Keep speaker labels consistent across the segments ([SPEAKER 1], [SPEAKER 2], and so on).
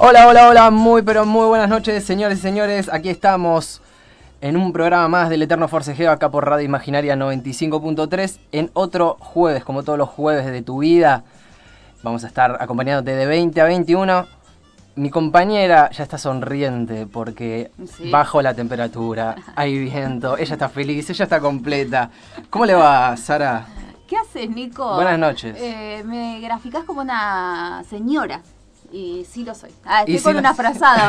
[SPEAKER 1] Hola, hola, hola, muy pero muy buenas noches, señores y señores. Aquí estamos en un programa más del Eterno Forcejeo acá por Radio Imaginaria 95.3 en otro jueves, como todos los jueves de tu vida. Vamos a estar acompañándote de 20 a 21. Mi compañera ya está sonriente porque
[SPEAKER 2] Sí.
[SPEAKER 1] bajo la temperatura, hay viento, ella está feliz, ella está completa. ¿Cómo le va, Sara?
[SPEAKER 2] ¿Qué haces, Nico?
[SPEAKER 1] Buenas noches.
[SPEAKER 2] Eh, me graficás como una señora. Y sí lo soy. Ah,
[SPEAKER 1] Y
[SPEAKER 2] estoy
[SPEAKER 1] sí
[SPEAKER 2] con
[SPEAKER 1] lo-
[SPEAKER 2] una frazada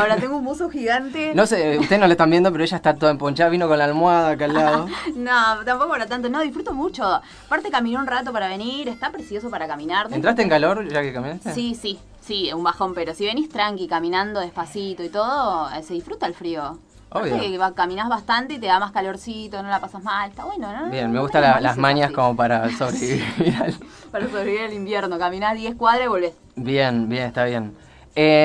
[SPEAKER 2] ahora. Tengo un buzo gigante.
[SPEAKER 1] No sé, ustedes no la están viendo, pero ella está toda emponchada, vino con la almohada acá al lado.
[SPEAKER 2] No, tampoco para tanto. No, disfruto mucho. Aparte, caminé un rato para venir. Está precioso para caminar.
[SPEAKER 1] ¿Entraste en calor ya que caminaste?
[SPEAKER 2] Sí, sí. Sí, un bajón. Pero si venís tranqui, caminando despacito y todo, eh, se disfta el frío. Aparte
[SPEAKER 1] Obvio.
[SPEAKER 2] que va- caminás bastante y te da más calorcito, no la pasas mal. Está bueno, ¿no?
[SPEAKER 1] Bien,
[SPEAKER 2] No,
[SPEAKER 1] me
[SPEAKER 2] no
[SPEAKER 1] gustan
[SPEAKER 2] tenés
[SPEAKER 1] las
[SPEAKER 2] Ah, malísimo,
[SPEAKER 1] mañas
[SPEAKER 2] sí.
[SPEAKER 1] como para sobrevivir. al-
[SPEAKER 2] Para sobrevivir el invierno. Caminás 10 cuadras y volvés.
[SPEAKER 1] Bien, bien, está bien.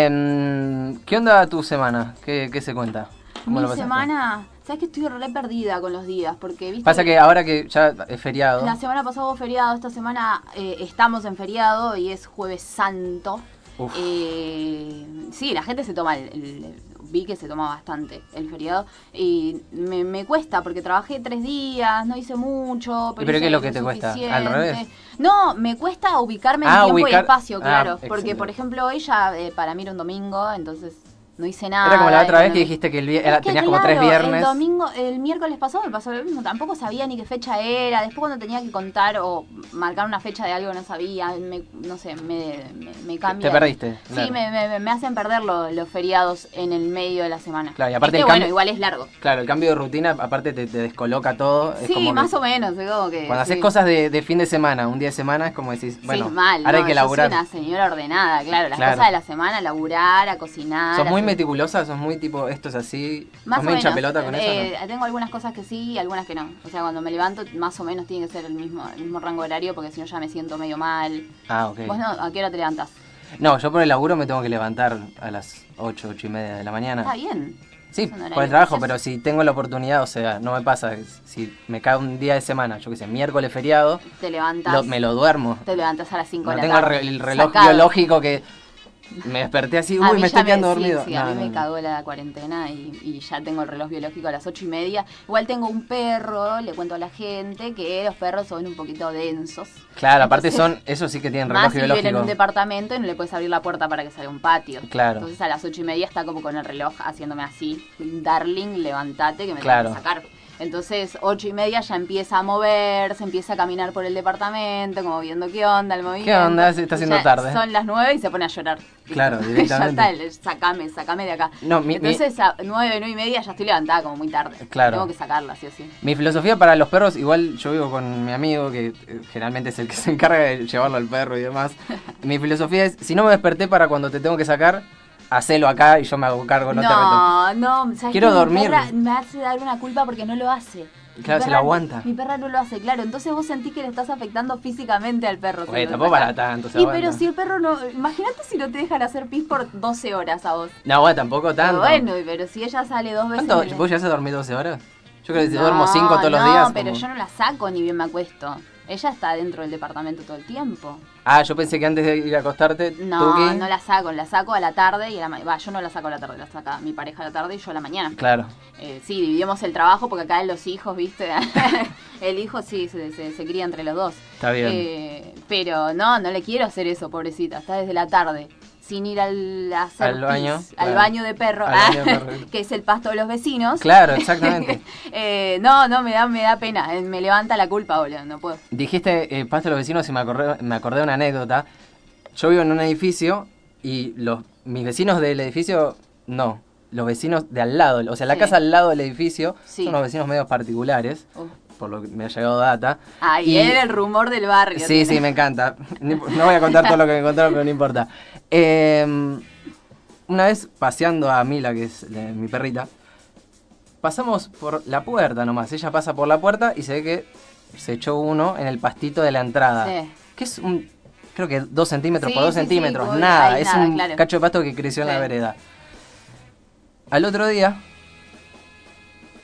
[SPEAKER 1] Em, ¿Qué onda tu semana? ¿Qué, qué se cuenta? ¿Cómo
[SPEAKER 2] Mi
[SPEAKER 1] lo pasaste?
[SPEAKER 2] semana, sabes que estoy re perdida con los días, porque viste.
[SPEAKER 1] Pasa que ahora que ya es feriado.
[SPEAKER 2] La semana pasada hubo feriado, esta semana eh, estamos en feriado y es Jueves Santo.
[SPEAKER 1] Uf.
[SPEAKER 2] Eh, sí, la gente se toma el, el- Vi que se toma bastante el feriado y me, me cuesta porque trabajé tres días, no hice mucho.
[SPEAKER 1] ¿Y pero qué es
[SPEAKER 2] hice
[SPEAKER 1] lo que te cuesta? ¿Al revés?
[SPEAKER 2] No, me cuesta ubicarme en
[SPEAKER 1] Ah,
[SPEAKER 2] tiempo y
[SPEAKER 1] ubicar-
[SPEAKER 2] espacio,
[SPEAKER 1] ah,
[SPEAKER 2] claro.
[SPEAKER 1] excelente.
[SPEAKER 2] Porque, por ejemplo, ella eh, para mí era un domingo, entonces no hice nada.
[SPEAKER 1] Era como la
[SPEAKER 2] y
[SPEAKER 1] otra vez
[SPEAKER 2] cuando
[SPEAKER 1] que
[SPEAKER 2] me-
[SPEAKER 1] dijiste que el vie-
[SPEAKER 2] es
[SPEAKER 1] era-
[SPEAKER 2] que,
[SPEAKER 1] tenías como tres
[SPEAKER 2] claro,
[SPEAKER 1] viernes.
[SPEAKER 2] El domingo, el miércoles pasado me pasó lo mismo, tampoco sabía ni qué fecha era. Después cuando tenía que contar o marcar una fecha de algo no sabía, me- no sé, me, me, me cambia.
[SPEAKER 1] Te perdiste,
[SPEAKER 2] Sí,
[SPEAKER 1] claro.
[SPEAKER 2] me, me- me hacen perder lo- los feriados en el medio de la semana.
[SPEAKER 1] Claro, y aparte
[SPEAKER 2] Este,
[SPEAKER 1] el
[SPEAKER 2] bueno,
[SPEAKER 1] cambio-
[SPEAKER 2] igual es largo.
[SPEAKER 1] Claro, el cambio de rutina aparte te, te descoloca todo. es como
[SPEAKER 2] Sí,
[SPEAKER 1] que
[SPEAKER 2] más o menos, es como que.
[SPEAKER 1] Cuando haces
[SPEAKER 2] sí.
[SPEAKER 1] cosas de, de fin de semana, un día de semana, es como decís,
[SPEAKER 2] Sí,
[SPEAKER 1] bueno,
[SPEAKER 2] mal,
[SPEAKER 1] ahora hay
[SPEAKER 2] no,
[SPEAKER 1] que
[SPEAKER 2] yo soy
[SPEAKER 1] laburar.
[SPEAKER 2] una señora ordenada, claro. Las
[SPEAKER 1] Claro.
[SPEAKER 2] cosas de la semana, laburar, a cocinar.
[SPEAKER 1] ¿Sos muy
[SPEAKER 2] hacer-
[SPEAKER 1] meticulosa? ¿Sos muy tipo, esto es así?
[SPEAKER 2] Más
[SPEAKER 1] ¿Sos
[SPEAKER 2] o
[SPEAKER 1] muy
[SPEAKER 2] menos.
[SPEAKER 1] hincha pelota con eso?
[SPEAKER 2] Eh, Tengo algunas cosas que sí y algunas que no. O sea, cuando me levanto, más o menos tiene que ser el mismo, el mismo rango horario porque si no ya me siento medio mal.
[SPEAKER 1] no? Ah, ok.
[SPEAKER 2] ¿Vos no? ¿A qué hora te levantás?
[SPEAKER 1] No, yo por el laburo me tengo que levantar a las 8, 8 y media de la
[SPEAKER 2] Está
[SPEAKER 1] mañana.
[SPEAKER 2] bien.
[SPEAKER 1] Sí,
[SPEAKER 2] es un horario
[SPEAKER 1] por el trabajo,
[SPEAKER 2] precioso.
[SPEAKER 1] pero si tengo la oportunidad, o sea, no me pasa. Si me cae un día de semana, yo qué sé, miércoles feriado,
[SPEAKER 2] Te levantas.
[SPEAKER 1] lo- me lo duermo.
[SPEAKER 2] Te levantas a las 5
[SPEAKER 1] No
[SPEAKER 2] de la
[SPEAKER 1] tengo el
[SPEAKER 2] tarde.
[SPEAKER 1] re- el reloj
[SPEAKER 2] Sacado.
[SPEAKER 1] biológico que me desperté así,
[SPEAKER 2] A
[SPEAKER 1] uy,
[SPEAKER 2] mí
[SPEAKER 1] me
[SPEAKER 2] ya
[SPEAKER 1] estoy quedando
[SPEAKER 2] sí,
[SPEAKER 1] dormido.
[SPEAKER 2] sí, a
[SPEAKER 1] No,
[SPEAKER 2] mí
[SPEAKER 1] no,
[SPEAKER 2] me
[SPEAKER 1] no.
[SPEAKER 2] cagó la cuarentena y, y ya tengo el reloj biológico a las ocho y media. Igual tengo un perro, le cuento a la gente que los perros son un poquito densos.
[SPEAKER 1] Claro, aparte
[SPEAKER 2] Entonces-
[SPEAKER 1] son, eso sí que tienen reloj
[SPEAKER 2] Más si viven en un
[SPEAKER 1] biológico.
[SPEAKER 2] departamento y no le puedes abrir la puerta para que salga a un patio.
[SPEAKER 1] Claro.
[SPEAKER 2] Entonces a las ocho y media está como con el reloj haciéndome así, darling, levántate que me
[SPEAKER 1] Claro.
[SPEAKER 2] tengo que sacar. Entonces ocho y media ya empieza a moverse, empieza a caminar por el departamento, como viendo qué onda el movimiento.
[SPEAKER 1] onda? Se está haciendo
[SPEAKER 2] Ya
[SPEAKER 1] tarde.
[SPEAKER 2] Son las nueve y se pone a llorar.
[SPEAKER 1] Claro,
[SPEAKER 2] Ya
[SPEAKER 1] directamente.
[SPEAKER 2] está, le- sacame, sacame de acá.
[SPEAKER 1] No, mi- mi-
[SPEAKER 2] Entonces a nueve, nueve y media ya estoy levantada como muy tarde.
[SPEAKER 1] Claro.
[SPEAKER 2] Tengo que sacarla, sí o sí.
[SPEAKER 1] Mi filosofía para los perros, igual yo vivo con mi amigo, que eh, generalmente es el que se encarga de llevarlo al perro y demás. Mi filosofía es, si no me desperté para cuando te tengo que sacar, hacelo acá y yo me hago cargo, no, te reto.
[SPEAKER 2] No, no, ¿sabes
[SPEAKER 1] Quiero
[SPEAKER 2] qué? Mi
[SPEAKER 1] dormir.
[SPEAKER 2] perra me hace dar una culpa porque no lo hace. Mi
[SPEAKER 1] Claro, se
[SPEAKER 2] perra
[SPEAKER 1] la
[SPEAKER 2] no-
[SPEAKER 1] aguanta.
[SPEAKER 2] Mi perra no lo hace, claro. Entonces vos sentís que le estás afectando físicamente al perro. si
[SPEAKER 1] Güey,
[SPEAKER 2] lo
[SPEAKER 1] tampoco
[SPEAKER 2] sacás.
[SPEAKER 1] para tanto, se
[SPEAKER 2] Y
[SPEAKER 1] aguanta.
[SPEAKER 2] pero si el perro no. Imagínate si no te dejan hacer pis por 12 horas a vos.
[SPEAKER 1] No, bueno, tampoco tanto.
[SPEAKER 2] Pero bueno, pero si ella sale dos veces.
[SPEAKER 1] ¿Cuánto?
[SPEAKER 2] en el-
[SPEAKER 1] ¿Vos llegas a dormir 12 horas? Yo creo que si
[SPEAKER 2] No,
[SPEAKER 1] duermo 5 todos los
[SPEAKER 2] no,
[SPEAKER 1] días.
[SPEAKER 2] pero
[SPEAKER 1] como-
[SPEAKER 2] yo no la saco ni bien me acuesto. Ella está dentro del departamento todo el tiempo.
[SPEAKER 1] Ah, yo pensé que antes de ir a acostarte,
[SPEAKER 2] No,
[SPEAKER 1] Tuki-
[SPEAKER 2] no la saco, la saco a la tarde y a la mañana. Va, yo no la saco a la tarde, la saca mi pareja a la tarde y yo a la mañana.
[SPEAKER 1] Claro.
[SPEAKER 2] Eh, sí, dividimos el trabajo porque acá los hijos, ¿viste? el hijo sí, se, se- se cría entre los dos.
[SPEAKER 1] Está bien.
[SPEAKER 2] Eh, pero no, no le quiero hacer eso, pobrecita. Está desde la tarde. Sin ir al, a hacer
[SPEAKER 1] Al baño,
[SPEAKER 2] pis,
[SPEAKER 1] claro.
[SPEAKER 2] al baño de perro, ah,
[SPEAKER 1] Al baño de perro.
[SPEAKER 2] que es el pasto de los vecinos.
[SPEAKER 1] Claro, exactamente.
[SPEAKER 2] Eh, no, no, me da, me da pena. eh, Me levanta la culpa, boludo. No puedo.
[SPEAKER 1] Dijiste, eh, pasto de los vecinos, y me acordé, me acordé de una anécdota. Yo vivo en un edificio y los, mis vecinos del edificio, no. Los vecinos de al lado, o sea, la
[SPEAKER 2] Sí.
[SPEAKER 1] casa al lado del edificio,
[SPEAKER 2] Sí.
[SPEAKER 1] son unos vecinos medios particulares,
[SPEAKER 2] Uh.
[SPEAKER 1] por lo que me ha llegado data.
[SPEAKER 2] Ay,
[SPEAKER 1] Y-
[SPEAKER 2] era el rumor del barrio.
[SPEAKER 1] Sí, sí, me encanta. No imp- no voy a contar todo lo que me contaron, pero no importa. Eh, una vez paseando a Mila, que es la- mi perrita, pasamos por la puerta nomás. Ella pasa por la puerta y se ve que se echó uno en el pastito de la entrada.
[SPEAKER 2] Sí.
[SPEAKER 1] Que es un, creo que dos centímetros
[SPEAKER 2] Sí,
[SPEAKER 1] por dos
[SPEAKER 2] sí, sí,
[SPEAKER 1] centímetros,
[SPEAKER 2] como-
[SPEAKER 1] nada.
[SPEAKER 2] ahí
[SPEAKER 1] Es
[SPEAKER 2] nada,
[SPEAKER 1] un
[SPEAKER 2] claro.
[SPEAKER 1] cacho de pasto que creció en la
[SPEAKER 2] Sí.
[SPEAKER 1] vereda. Al otro día,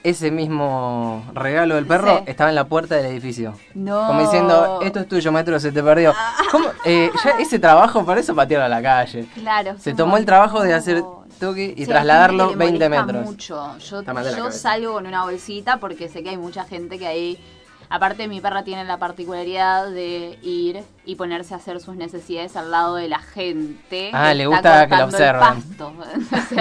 [SPEAKER 1] ese mismo regalo del perro
[SPEAKER 2] Sí.
[SPEAKER 1] estaba en la puerta del edificio.
[SPEAKER 2] No.
[SPEAKER 1] Como diciendo, esto es tuyo, maestro, se te perdió. ¿Cómo? Eh, ya ese trabajo, para eso patearon a la calle.
[SPEAKER 2] Claro.
[SPEAKER 1] Se
[SPEAKER 2] un
[SPEAKER 1] tomó el trabajo de
[SPEAKER 2] montón.
[SPEAKER 1] hacer tuki y
[SPEAKER 2] Sí,
[SPEAKER 1] trasladarlo
[SPEAKER 2] hay gente que le
[SPEAKER 1] 20
[SPEAKER 2] molesta
[SPEAKER 1] metros.
[SPEAKER 2] mucho. Yo,
[SPEAKER 1] Está mal de la
[SPEAKER 2] yo
[SPEAKER 1] cabeza.
[SPEAKER 2] salgo con una bolsita porque sé que hay mucha gente que ahí. Aparte, mi perra tiene la particularidad de ir y ponerse a hacer sus necesidades al lado de la gente.
[SPEAKER 1] Ah,
[SPEAKER 2] que
[SPEAKER 1] le
[SPEAKER 2] está
[SPEAKER 1] gusta que la
[SPEAKER 2] cortando el
[SPEAKER 1] observen.
[SPEAKER 2] pasto.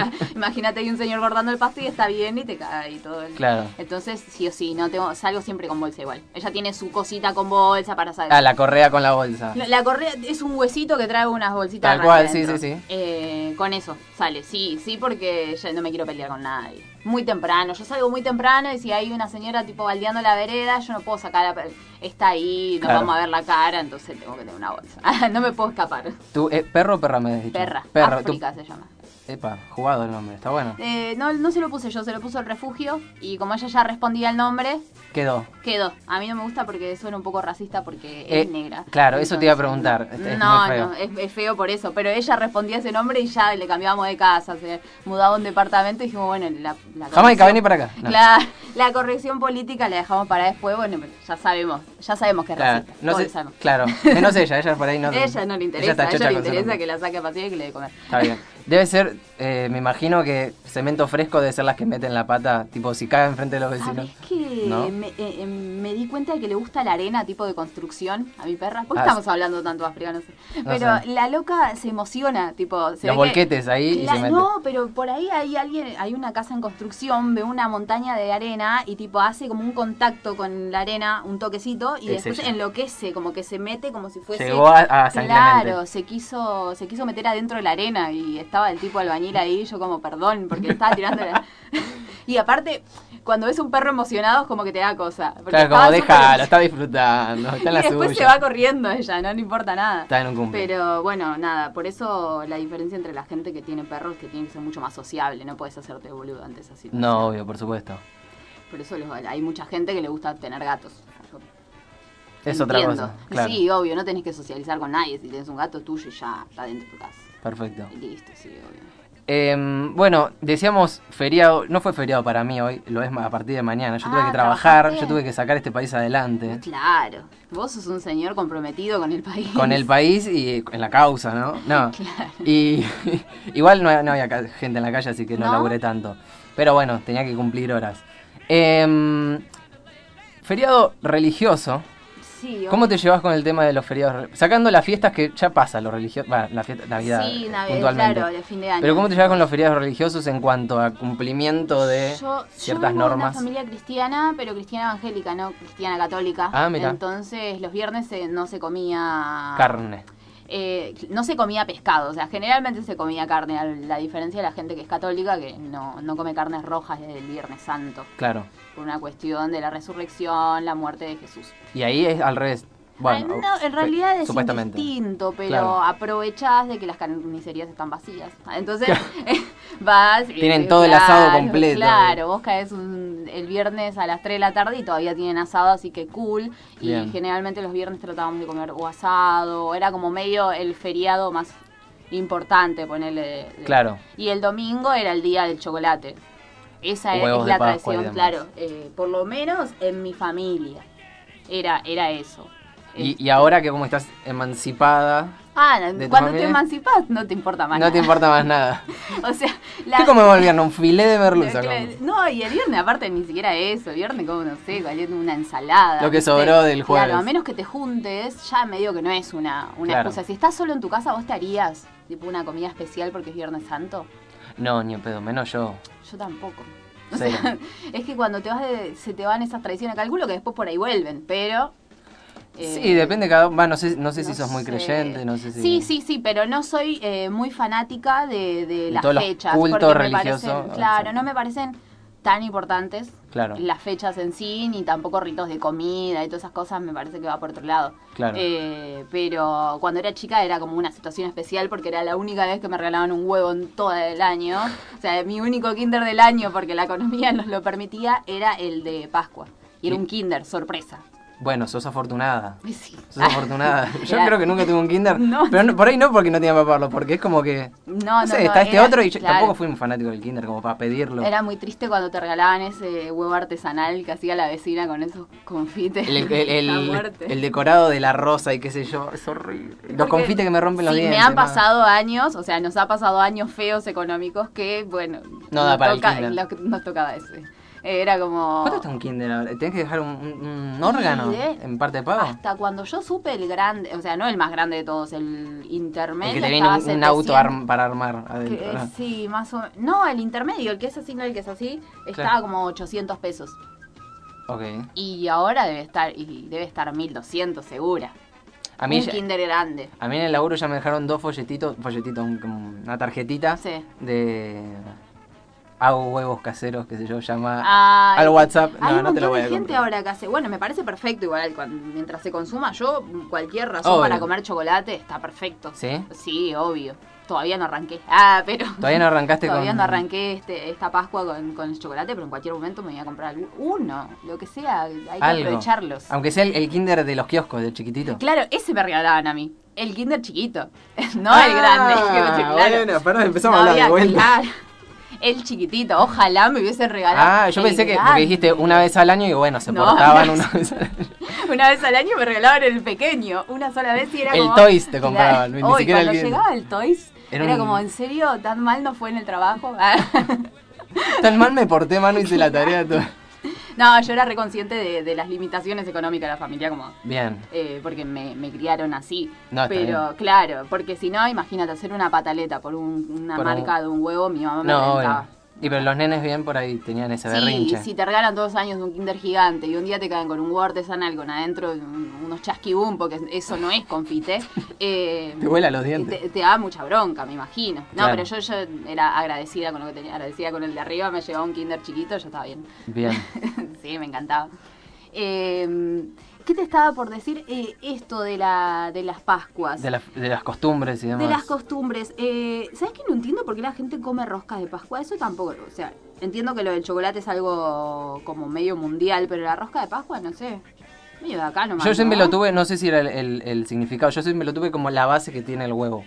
[SPEAKER 2] o sea, imagínate, hay un señor cortando el pasto y está bien y te cae y todo. el-
[SPEAKER 1] Claro.
[SPEAKER 2] Entonces, sí o sí, no tengo, salgo siempre con bolsa igual. Ella tiene su cosita con bolsa para salir.
[SPEAKER 1] Ah, la correa con la bolsa.
[SPEAKER 2] La, la correa es un huesito que trae unas bolsitas.
[SPEAKER 1] Tal
[SPEAKER 2] raras
[SPEAKER 1] cual, sí,
[SPEAKER 2] adentro.
[SPEAKER 1] sí, sí.
[SPEAKER 2] Eh, con eso sale, sí, sí, porque ya no me quiero pelear con nadie. Muy temprano, yo salgo muy temprano y si hay una señora tipo baldeando la vereda, yo no puedo sacar la... Está ahí, nos
[SPEAKER 1] Claro.
[SPEAKER 2] vamos a ver la cara, entonces tengo que tener una bolsa. no me puedo escapar.
[SPEAKER 1] ¿Tu eh, perro o perra me has dicho?
[SPEAKER 2] Perra.
[SPEAKER 1] Perro. tu-
[SPEAKER 2] África se llama.
[SPEAKER 1] Epa, jugado el nombre, está bueno.
[SPEAKER 2] Eh, no, no se lo puse yo, se lo puso el refugio y como ella ya respondía el nombre,
[SPEAKER 1] Quedó.
[SPEAKER 2] Quedó. A mí no me gusta porque suena un poco racista porque
[SPEAKER 1] Eh,
[SPEAKER 2] es negra.
[SPEAKER 1] claro, eso te iba a preguntar.
[SPEAKER 2] no.
[SPEAKER 1] Es- es
[SPEAKER 2] no,
[SPEAKER 1] muy feo.
[SPEAKER 2] no, es, es feo por eso. Pero ella respondía ese nombre y ya le cambiamos de casa, se mudaba a un departamento y dijimos, bueno, la, la
[SPEAKER 1] Jamaica,
[SPEAKER 2] corrección-
[SPEAKER 1] vení para acá. No.
[SPEAKER 2] La, la corrección política la dejamos para después, bueno, pero ya sabemos, ya sabemos que es
[SPEAKER 1] Claro,
[SPEAKER 2] racista.
[SPEAKER 1] no
[SPEAKER 2] todos
[SPEAKER 1] sé,
[SPEAKER 2] lo sabemos.
[SPEAKER 1] claro, menos ella, ella por ahí no.
[SPEAKER 2] ella no le interesa,
[SPEAKER 1] está
[SPEAKER 2] a ella
[SPEAKER 1] chocha
[SPEAKER 2] le
[SPEAKER 1] con su
[SPEAKER 2] interesa
[SPEAKER 1] nombre.
[SPEAKER 2] que la saque a pasear y que le dé de comer.
[SPEAKER 1] Está bien. Debe ser, eh, me imagino que cemento fresco debe ser las que meten la pata, tipo si caen frente de los vecinos.
[SPEAKER 2] ¿Sabes Ah, que
[SPEAKER 1] ¿No?
[SPEAKER 2] me, eh, eh, me di cuenta de que le gusta la arena tipo de construcción a mi perra? ¿Por qué
[SPEAKER 1] Ah,
[SPEAKER 2] estamos hablando tanto África? No sé.
[SPEAKER 1] No
[SPEAKER 2] Pero
[SPEAKER 1] sé.
[SPEAKER 2] la loca se emociona, tipo... Se
[SPEAKER 1] Los
[SPEAKER 2] ve que-
[SPEAKER 1] volquetes ahí y
[SPEAKER 2] La-
[SPEAKER 1] se mete.
[SPEAKER 2] no, pero por ahí hay alguien, hay una casa en construcción, ve una montaña de arena y tipo hace como un contacto con la arena, un toquecito, y
[SPEAKER 1] Es
[SPEAKER 2] después
[SPEAKER 1] ella.
[SPEAKER 2] enloquece, como que se mete como si fuese...
[SPEAKER 1] Llegó a, a San Clemente.
[SPEAKER 2] Claro, se quiso, se quiso meter adentro de la arena y estaba el tipo albañil ahí, yo como perdón, porque le estaba tirando la... Y aparte, cuando ves un perro emocionado es como que te da cosa. porque
[SPEAKER 1] Claro, como
[SPEAKER 2] estaba
[SPEAKER 1] déjalo,
[SPEAKER 2] súper-
[SPEAKER 1] está disfrutando, está en la
[SPEAKER 2] Y después
[SPEAKER 1] suya.
[SPEAKER 2] se va corriendo ella, no le importa nada.
[SPEAKER 1] Está en un cumple.
[SPEAKER 2] Pero bueno, nada, por eso la diferencia entre la gente que tiene perros es que tiene que ser mucho más sociable, no puedes hacerte boludo antes así.
[SPEAKER 1] No, obvio, por supuesto.
[SPEAKER 2] Por eso los- hay mucha gente que le gusta tener gatos. Yo
[SPEAKER 1] Es otra
[SPEAKER 2] entiendo.
[SPEAKER 1] cosa. Claro.
[SPEAKER 2] Sí, obvio, no tenés que socializar con nadie, si tenés un gato es tuyo y ya está dentro de tu casa.
[SPEAKER 1] Perfecto.
[SPEAKER 2] Y Listo, sí, obvio.
[SPEAKER 1] Em, bueno, decíamos feriado, no fue feriado para mí hoy, lo es ma- a partir de mañana. Yo tuve
[SPEAKER 2] Ah,
[SPEAKER 1] que trabajar,
[SPEAKER 2] trabajaste.
[SPEAKER 1] yo tuve que sacar este país adelante.
[SPEAKER 2] Claro, vos sos un señor comprometido con el país.
[SPEAKER 1] Con el país y en la causa, ¿no? No.
[SPEAKER 2] Claro.
[SPEAKER 1] Y igual no, no había ca- gente en la calle, así que no,
[SPEAKER 2] ¿No?
[SPEAKER 1] laburé tanto. Pero bueno, tenía que cumplir horas. Em, feriado religioso.
[SPEAKER 2] Sí,
[SPEAKER 1] ¿Cómo te llevas con el tema de los feriados? re- Sacando las fiestas que ya pasa, los religiosos. Bueno, la fiesta, Navidad.
[SPEAKER 2] Sí,
[SPEAKER 1] eh,
[SPEAKER 2] Navidad,
[SPEAKER 1] puntualmente.
[SPEAKER 2] claro, el fin de año.
[SPEAKER 1] Pero ¿cómo te llevas con los feriados religiosos en cuanto a cumplimiento de
[SPEAKER 2] Yo-
[SPEAKER 1] ciertas
[SPEAKER 2] yo vengo de
[SPEAKER 1] normas?
[SPEAKER 2] una familia cristiana, pero cristiana evangélica, no cristiana católica.
[SPEAKER 1] Ah, mira.
[SPEAKER 2] Entonces, los viernes se- no se comía...
[SPEAKER 1] Carne.
[SPEAKER 2] Eh, no se comía pescado, o sea, generalmente se comía carne. La, la diferencia de la gente que es católica, que no, no come carnes rojas desde el Viernes Santo,
[SPEAKER 1] Claro.
[SPEAKER 2] por una cuestión de la resurrección, la muerte de Jesús.
[SPEAKER 1] Y ahí es al revés. Bueno,
[SPEAKER 2] Ay, no, en realidad es
[SPEAKER 1] supuestamente.
[SPEAKER 2] distinto, pero
[SPEAKER 1] Claro.
[SPEAKER 2] aprovechás de que las carnicerías están vacías. Entonces vas... y-
[SPEAKER 1] Tienen todo el asado completo.
[SPEAKER 2] Claro, vos caes un- el viernes a las 3 de la tarde y todavía tienen asado, así que cool.
[SPEAKER 1] Bien.
[SPEAKER 2] Y generalmente los viernes tratábamos de comer o asado, o era como medio el feriado más importante, ponerle... de-
[SPEAKER 1] Claro.
[SPEAKER 2] Y el domingo era el día del chocolate. Esa es,
[SPEAKER 1] Huevos
[SPEAKER 2] es
[SPEAKER 1] de
[SPEAKER 2] la
[SPEAKER 1] Pascua y demás.
[SPEAKER 2] tradición, claro. Eh, por lo menos en mi familia. Era, era eso.
[SPEAKER 1] Y,
[SPEAKER 2] Eh,
[SPEAKER 1] y ahora que como estás emancipada,
[SPEAKER 2] ah,
[SPEAKER 1] de tu
[SPEAKER 2] cuando te
[SPEAKER 1] familia?
[SPEAKER 2] emancipas no te importa más.
[SPEAKER 1] no te
[SPEAKER 2] nada.
[SPEAKER 1] importa más nada.
[SPEAKER 2] O sea, la-
[SPEAKER 1] ¿Qué comemos el viernes? Un filé de merluza.
[SPEAKER 2] la-
[SPEAKER 1] como.
[SPEAKER 2] no, y el viernes aparte ni siquiera eso. El viernes como, no sé, valiendo una ensalada.
[SPEAKER 1] Lo que
[SPEAKER 2] ¿viste?
[SPEAKER 1] sobró del jueves.
[SPEAKER 2] Claro, a menos que te juntes, ya medio que no es una, una
[SPEAKER 1] Claro.
[SPEAKER 2] excusa. Si estás solo en tu casa, ¿vos te harías tipo una comida especial porque es Viernes Santo?
[SPEAKER 1] No, ni en pedo, menos yo.
[SPEAKER 2] Yo tampoco. O
[SPEAKER 1] Cero.
[SPEAKER 2] sea, es que cuando te vas de- se te van esas tradiciones. Calculo que después por ahí vuelven, pero. eh,
[SPEAKER 1] sí, depende cada uno. No sé, no sé si
[SPEAKER 2] no
[SPEAKER 1] sos muy
[SPEAKER 2] sé.
[SPEAKER 1] creyente, no sé si.
[SPEAKER 2] Sí, sí, sí, pero no soy eh, muy fanática de, de
[SPEAKER 1] De
[SPEAKER 2] las
[SPEAKER 1] todos los
[SPEAKER 2] fechas.
[SPEAKER 1] cultos
[SPEAKER 2] porque me
[SPEAKER 1] religiosos,
[SPEAKER 2] parecen-
[SPEAKER 1] o sea.
[SPEAKER 2] claro, no me parecen tan importantes
[SPEAKER 1] Claro.
[SPEAKER 2] las fechas en sí, ni tampoco ritos de comida y todas esas cosas, me parece que va por otro lado.
[SPEAKER 1] Claro.
[SPEAKER 2] Eh, pero cuando era chica era como una situación especial porque era la única vez que me regalaban un huevo en todo el año. O sea, mi único kinder del año, porque la economía nos lo permitía, era el de Pascua. Y era un kinder, sorpresa.
[SPEAKER 1] Bueno, sos afortunada.
[SPEAKER 2] Sí.
[SPEAKER 1] Sos afortunada. Yo
[SPEAKER 2] Era-
[SPEAKER 1] creo que nunca tuve un kinder.
[SPEAKER 2] No.
[SPEAKER 1] Pero no- por ahí no porque no tenía para verlo, porque es como que.
[SPEAKER 2] No, no,
[SPEAKER 1] sé,
[SPEAKER 2] no,
[SPEAKER 1] está este
[SPEAKER 2] era-
[SPEAKER 1] otro y yo
[SPEAKER 2] claro.
[SPEAKER 1] tampoco fui un fanático del kinder como para pedirlo.
[SPEAKER 2] Era muy triste cuando te regalaban ese huevo artesanal que hacía la vecina con esos confites.
[SPEAKER 1] El, el- el-
[SPEAKER 2] A muerte.
[SPEAKER 1] el decorado de la rosa y qué sé yo, es horrible. Los
[SPEAKER 2] Porque
[SPEAKER 1] confites que me rompen los
[SPEAKER 2] sí,
[SPEAKER 1] dientes.
[SPEAKER 2] Me han
[SPEAKER 1] ma.
[SPEAKER 2] pasado años, o sea, nos ha pasado años feos económicos que, bueno,
[SPEAKER 1] No da
[SPEAKER 2] nos
[SPEAKER 1] para el
[SPEAKER 2] toca-
[SPEAKER 1] kinder.
[SPEAKER 2] lo que nos tocaba ese. Era como.
[SPEAKER 1] ¿Cuánto está un kinder ahora? ¿Tenés que dejar un, un- un órgano
[SPEAKER 2] Ni idea.
[SPEAKER 1] en parte de pago?
[SPEAKER 2] Hasta cuando yo supe el grande, o sea, no el más grande de todos, el intermedio.
[SPEAKER 1] El que te viene
[SPEAKER 2] estaba
[SPEAKER 1] un, un auto
[SPEAKER 2] 700.
[SPEAKER 1] arm- para armar
[SPEAKER 2] Que,
[SPEAKER 1] adentro. ¿no?
[SPEAKER 2] sí, más o menos. No, el intermedio, el que es así, no el que es así, estaba
[SPEAKER 1] Claro.
[SPEAKER 2] como 800 pesos.
[SPEAKER 1] Ok.
[SPEAKER 2] Y ahora debe estar, y debe estar 1200 segura.
[SPEAKER 1] A mí,
[SPEAKER 2] Un
[SPEAKER 1] ya-
[SPEAKER 2] kinder grande.
[SPEAKER 1] a mí en el laburo ya me dejaron dos folletitos, folletitos, un- como una tarjetita
[SPEAKER 2] Sí.
[SPEAKER 1] de hago huevos caseros, que se yo, llama
[SPEAKER 2] Ay,
[SPEAKER 1] al WhatsApp.
[SPEAKER 2] Hay
[SPEAKER 1] Ah, No,
[SPEAKER 2] un
[SPEAKER 1] no te
[SPEAKER 2] montón
[SPEAKER 1] lo voy
[SPEAKER 2] de
[SPEAKER 1] a
[SPEAKER 2] gente
[SPEAKER 1] contar.
[SPEAKER 2] ahora que hace. Bueno, me parece perfecto igual cuan- mientras se consuma. Yo, cualquier razón
[SPEAKER 1] Obvio.
[SPEAKER 2] para comer chocolate está perfecto.
[SPEAKER 1] ¿Sí?
[SPEAKER 2] Sí, obvio. Todavía no arranqué. Ah, pero.
[SPEAKER 1] Todavía no arrancaste
[SPEAKER 2] Todavía
[SPEAKER 1] con-
[SPEAKER 2] no arranqué este, esta Pascua con, con el chocolate, pero en cualquier momento me voy a comprar algún- uno, lo que sea. Hay que
[SPEAKER 1] Algo.
[SPEAKER 2] aprovecharlos.
[SPEAKER 1] Aunque sea el, el kinder de los kioscos, del chiquitito.
[SPEAKER 2] Claro, ese me regalaban a mí. El kinder chiquito. No
[SPEAKER 1] Ah,
[SPEAKER 2] el grande. claro.
[SPEAKER 1] bueno, pará, empezamos a hablar de
[SPEAKER 2] había-
[SPEAKER 1] vuelta.
[SPEAKER 2] claro. El chiquitito. Ojalá me hubiesen regalado.
[SPEAKER 1] Ah, yo
[SPEAKER 2] el
[SPEAKER 1] pensé que porque
[SPEAKER 2] grande.
[SPEAKER 1] dijiste una vez al año y bueno, se
[SPEAKER 2] No,
[SPEAKER 1] portaban
[SPEAKER 2] no.
[SPEAKER 1] una vez al año.
[SPEAKER 2] Una vez al año me regalaban el pequeño, una sola vez y era
[SPEAKER 1] El
[SPEAKER 2] como...
[SPEAKER 1] Toys te compraban, ni
[SPEAKER 2] Hoy,
[SPEAKER 1] siquiera el
[SPEAKER 2] cuando
[SPEAKER 1] Kinder.
[SPEAKER 2] llegaba el Toys,
[SPEAKER 1] Era
[SPEAKER 2] era,
[SPEAKER 1] un-
[SPEAKER 2] como, ¿en serio tan mal no fue en el trabajo? Ah.
[SPEAKER 1] Tan mal me porté, mano, hice la tarea. toda.
[SPEAKER 2] no, yo era reconsciente de, de las limitaciones económicas de la familia, como...
[SPEAKER 1] Bien.
[SPEAKER 2] eh, porque me, me criaron así.
[SPEAKER 1] No, está
[SPEAKER 2] Pero
[SPEAKER 1] bien.
[SPEAKER 2] claro, porque si no, imagínate hacer una pataleta por un- una
[SPEAKER 1] Por un-
[SPEAKER 2] marca de un huevo, mi mamá me
[SPEAKER 1] No,
[SPEAKER 2] reventaba.
[SPEAKER 1] bueno. Y pero los nenes bien por ahí tenían ese
[SPEAKER 2] Sí,
[SPEAKER 1] berrinche.
[SPEAKER 2] si te regalan todos los años de un kinder gigante y un día te caen con un huevo artesanal con adentro un- unos chasquibum, porque eso no es confite, eh,
[SPEAKER 1] Te vuela los
[SPEAKER 2] te,
[SPEAKER 1] dientes.
[SPEAKER 2] te da mucha bronca, me imagino. No,
[SPEAKER 1] Claro.
[SPEAKER 2] pero yo, yo era agradecida con lo que tenía, agradecida con el de arriba, me llevaba un kinder chiquito, yo estaba bien.
[SPEAKER 1] Bien.
[SPEAKER 2] sí, me encantaba. Eh, ¿Qué te estaba por decir? Eh, esto de, la, de las Pascuas.
[SPEAKER 1] De, las- de las costumbres y demás.
[SPEAKER 2] De las costumbres. Eh, ¿Sabes que no entiendo por qué la gente come roscas de Pascua? Eso tampoco. O sea, entiendo que lo del chocolate es algo como medio mundial, pero la rosca de Pascua, no sé. Medio de acá nomás.
[SPEAKER 1] Yo siempre
[SPEAKER 2] ¿no?
[SPEAKER 1] lo tuve, no sé si era el, el- el significado, yo siempre lo tuve como la base que tiene el huevo.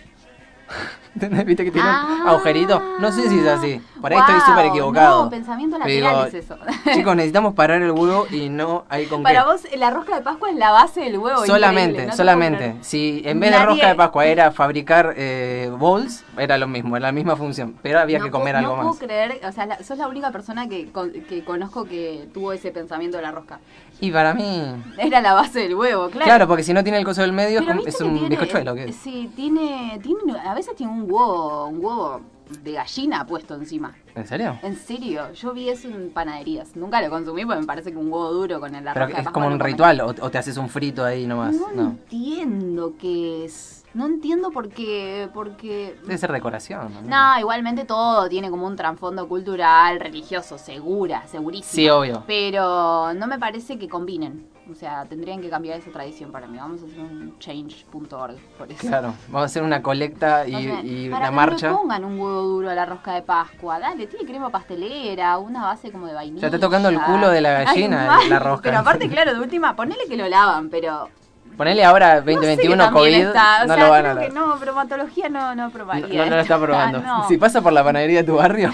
[SPEAKER 1] ¿Entendés? ¿Viste que tiene un
[SPEAKER 2] Ah.
[SPEAKER 1] agujerito? No sé si es así. Por ahí estoy
[SPEAKER 2] Guau,
[SPEAKER 1] súper equivocado.
[SPEAKER 2] no, pensamiento
[SPEAKER 1] Pero
[SPEAKER 2] lateral es eso.
[SPEAKER 1] Chicos, necesitamos parar el huevo y no hay con
[SPEAKER 2] Para
[SPEAKER 1] qué.
[SPEAKER 2] vos, la rosca de Pascua es la base del huevo.
[SPEAKER 1] solamente,
[SPEAKER 2] increíble, no te puedo
[SPEAKER 1] solamente.
[SPEAKER 2] creer.
[SPEAKER 1] Si en vez de
[SPEAKER 2] Nadie-
[SPEAKER 1] rosca de Pascua era fabricar eh, bowls, era lo mismo, era la misma función. Pero había
[SPEAKER 2] No
[SPEAKER 1] que comer
[SPEAKER 2] puedo-
[SPEAKER 1] algo
[SPEAKER 2] No
[SPEAKER 1] más.
[SPEAKER 2] puedo creer, o sea, la- sos la única persona que, con- que conozco que tuvo ese pensamiento de la rosca.
[SPEAKER 1] Y para mí.
[SPEAKER 2] Era la base del huevo,
[SPEAKER 1] Claro, porque si no tiene el coso del medio es,
[SPEAKER 2] Pero
[SPEAKER 1] como-
[SPEAKER 2] viste
[SPEAKER 1] es
[SPEAKER 2] que
[SPEAKER 1] un
[SPEAKER 2] tiene-
[SPEAKER 1] bizcochuelo. ¿qué es?
[SPEAKER 2] Sí, tiene, tiene, a veces tiene un huevo, un huevo de gallina puesto encima.
[SPEAKER 1] ¿En serio?
[SPEAKER 2] En serio, yo vi eso en panaderías. Nunca lo consumí porque me parece que un huevo duro con el
[SPEAKER 1] Pero
[SPEAKER 2] arroz.
[SPEAKER 1] es como un ritual, o, o te haces un frito ahí nomás.
[SPEAKER 2] No,
[SPEAKER 1] No.
[SPEAKER 2] entiendo qué es. No entiendo por qué, porque...
[SPEAKER 1] Debe ser decoración. ¿no?
[SPEAKER 2] No, igualmente todo tiene como un trasfondo cultural, religioso, segura, segurísimo.
[SPEAKER 1] Sí, obvio.
[SPEAKER 2] Pero no me parece que combinen. O sea, tendrían que cambiar esa tradición para mí. Vamos a hacer un change.org por eso.
[SPEAKER 1] Claro, vamos a hacer una colecta y,
[SPEAKER 2] O sea,
[SPEAKER 1] y
[SPEAKER 2] para
[SPEAKER 1] una
[SPEAKER 2] que
[SPEAKER 1] marcha.
[SPEAKER 2] No le pongan un huevo duro a la rosca de Pascua. Dale, tiene crema pastelera, una base como de vainilla.
[SPEAKER 1] Ya está tocando el culo de la gallina,
[SPEAKER 2] mal.
[SPEAKER 1] la rosca.
[SPEAKER 2] Pero aparte, claro, de última, ponele que lo lavan, pero.
[SPEAKER 1] Ponele ahora
[SPEAKER 2] no sé
[SPEAKER 1] 2021
[SPEAKER 2] que también
[SPEAKER 1] COVID,
[SPEAKER 2] está, o
[SPEAKER 1] no
[SPEAKER 2] sea,
[SPEAKER 1] lo van a
[SPEAKER 2] creo
[SPEAKER 1] dar.
[SPEAKER 2] que No, bromatología no, no
[SPEAKER 1] No,
[SPEAKER 2] probaría.
[SPEAKER 1] no lo
[SPEAKER 2] esto.
[SPEAKER 1] está probando.
[SPEAKER 2] Ah, no.
[SPEAKER 1] Si pasa por la panadería de tu barrio,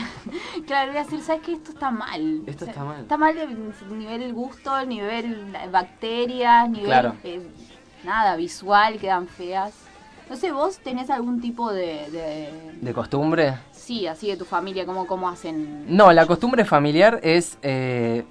[SPEAKER 2] Claro, voy a decir, ¿sabes qué? Esto está mal.
[SPEAKER 1] Esto está mal.
[SPEAKER 2] Está mal el nivel gusto, nivel bacterias, nivel.
[SPEAKER 1] Claro.
[SPEAKER 2] eh, nada, visual, quedan feas. No sé, ¿vos tenés algún tipo de- de
[SPEAKER 1] de costumbre.
[SPEAKER 2] Sí, así de tu familia, cómo, cómo hacen.
[SPEAKER 1] No, la costumbre familiar es eh,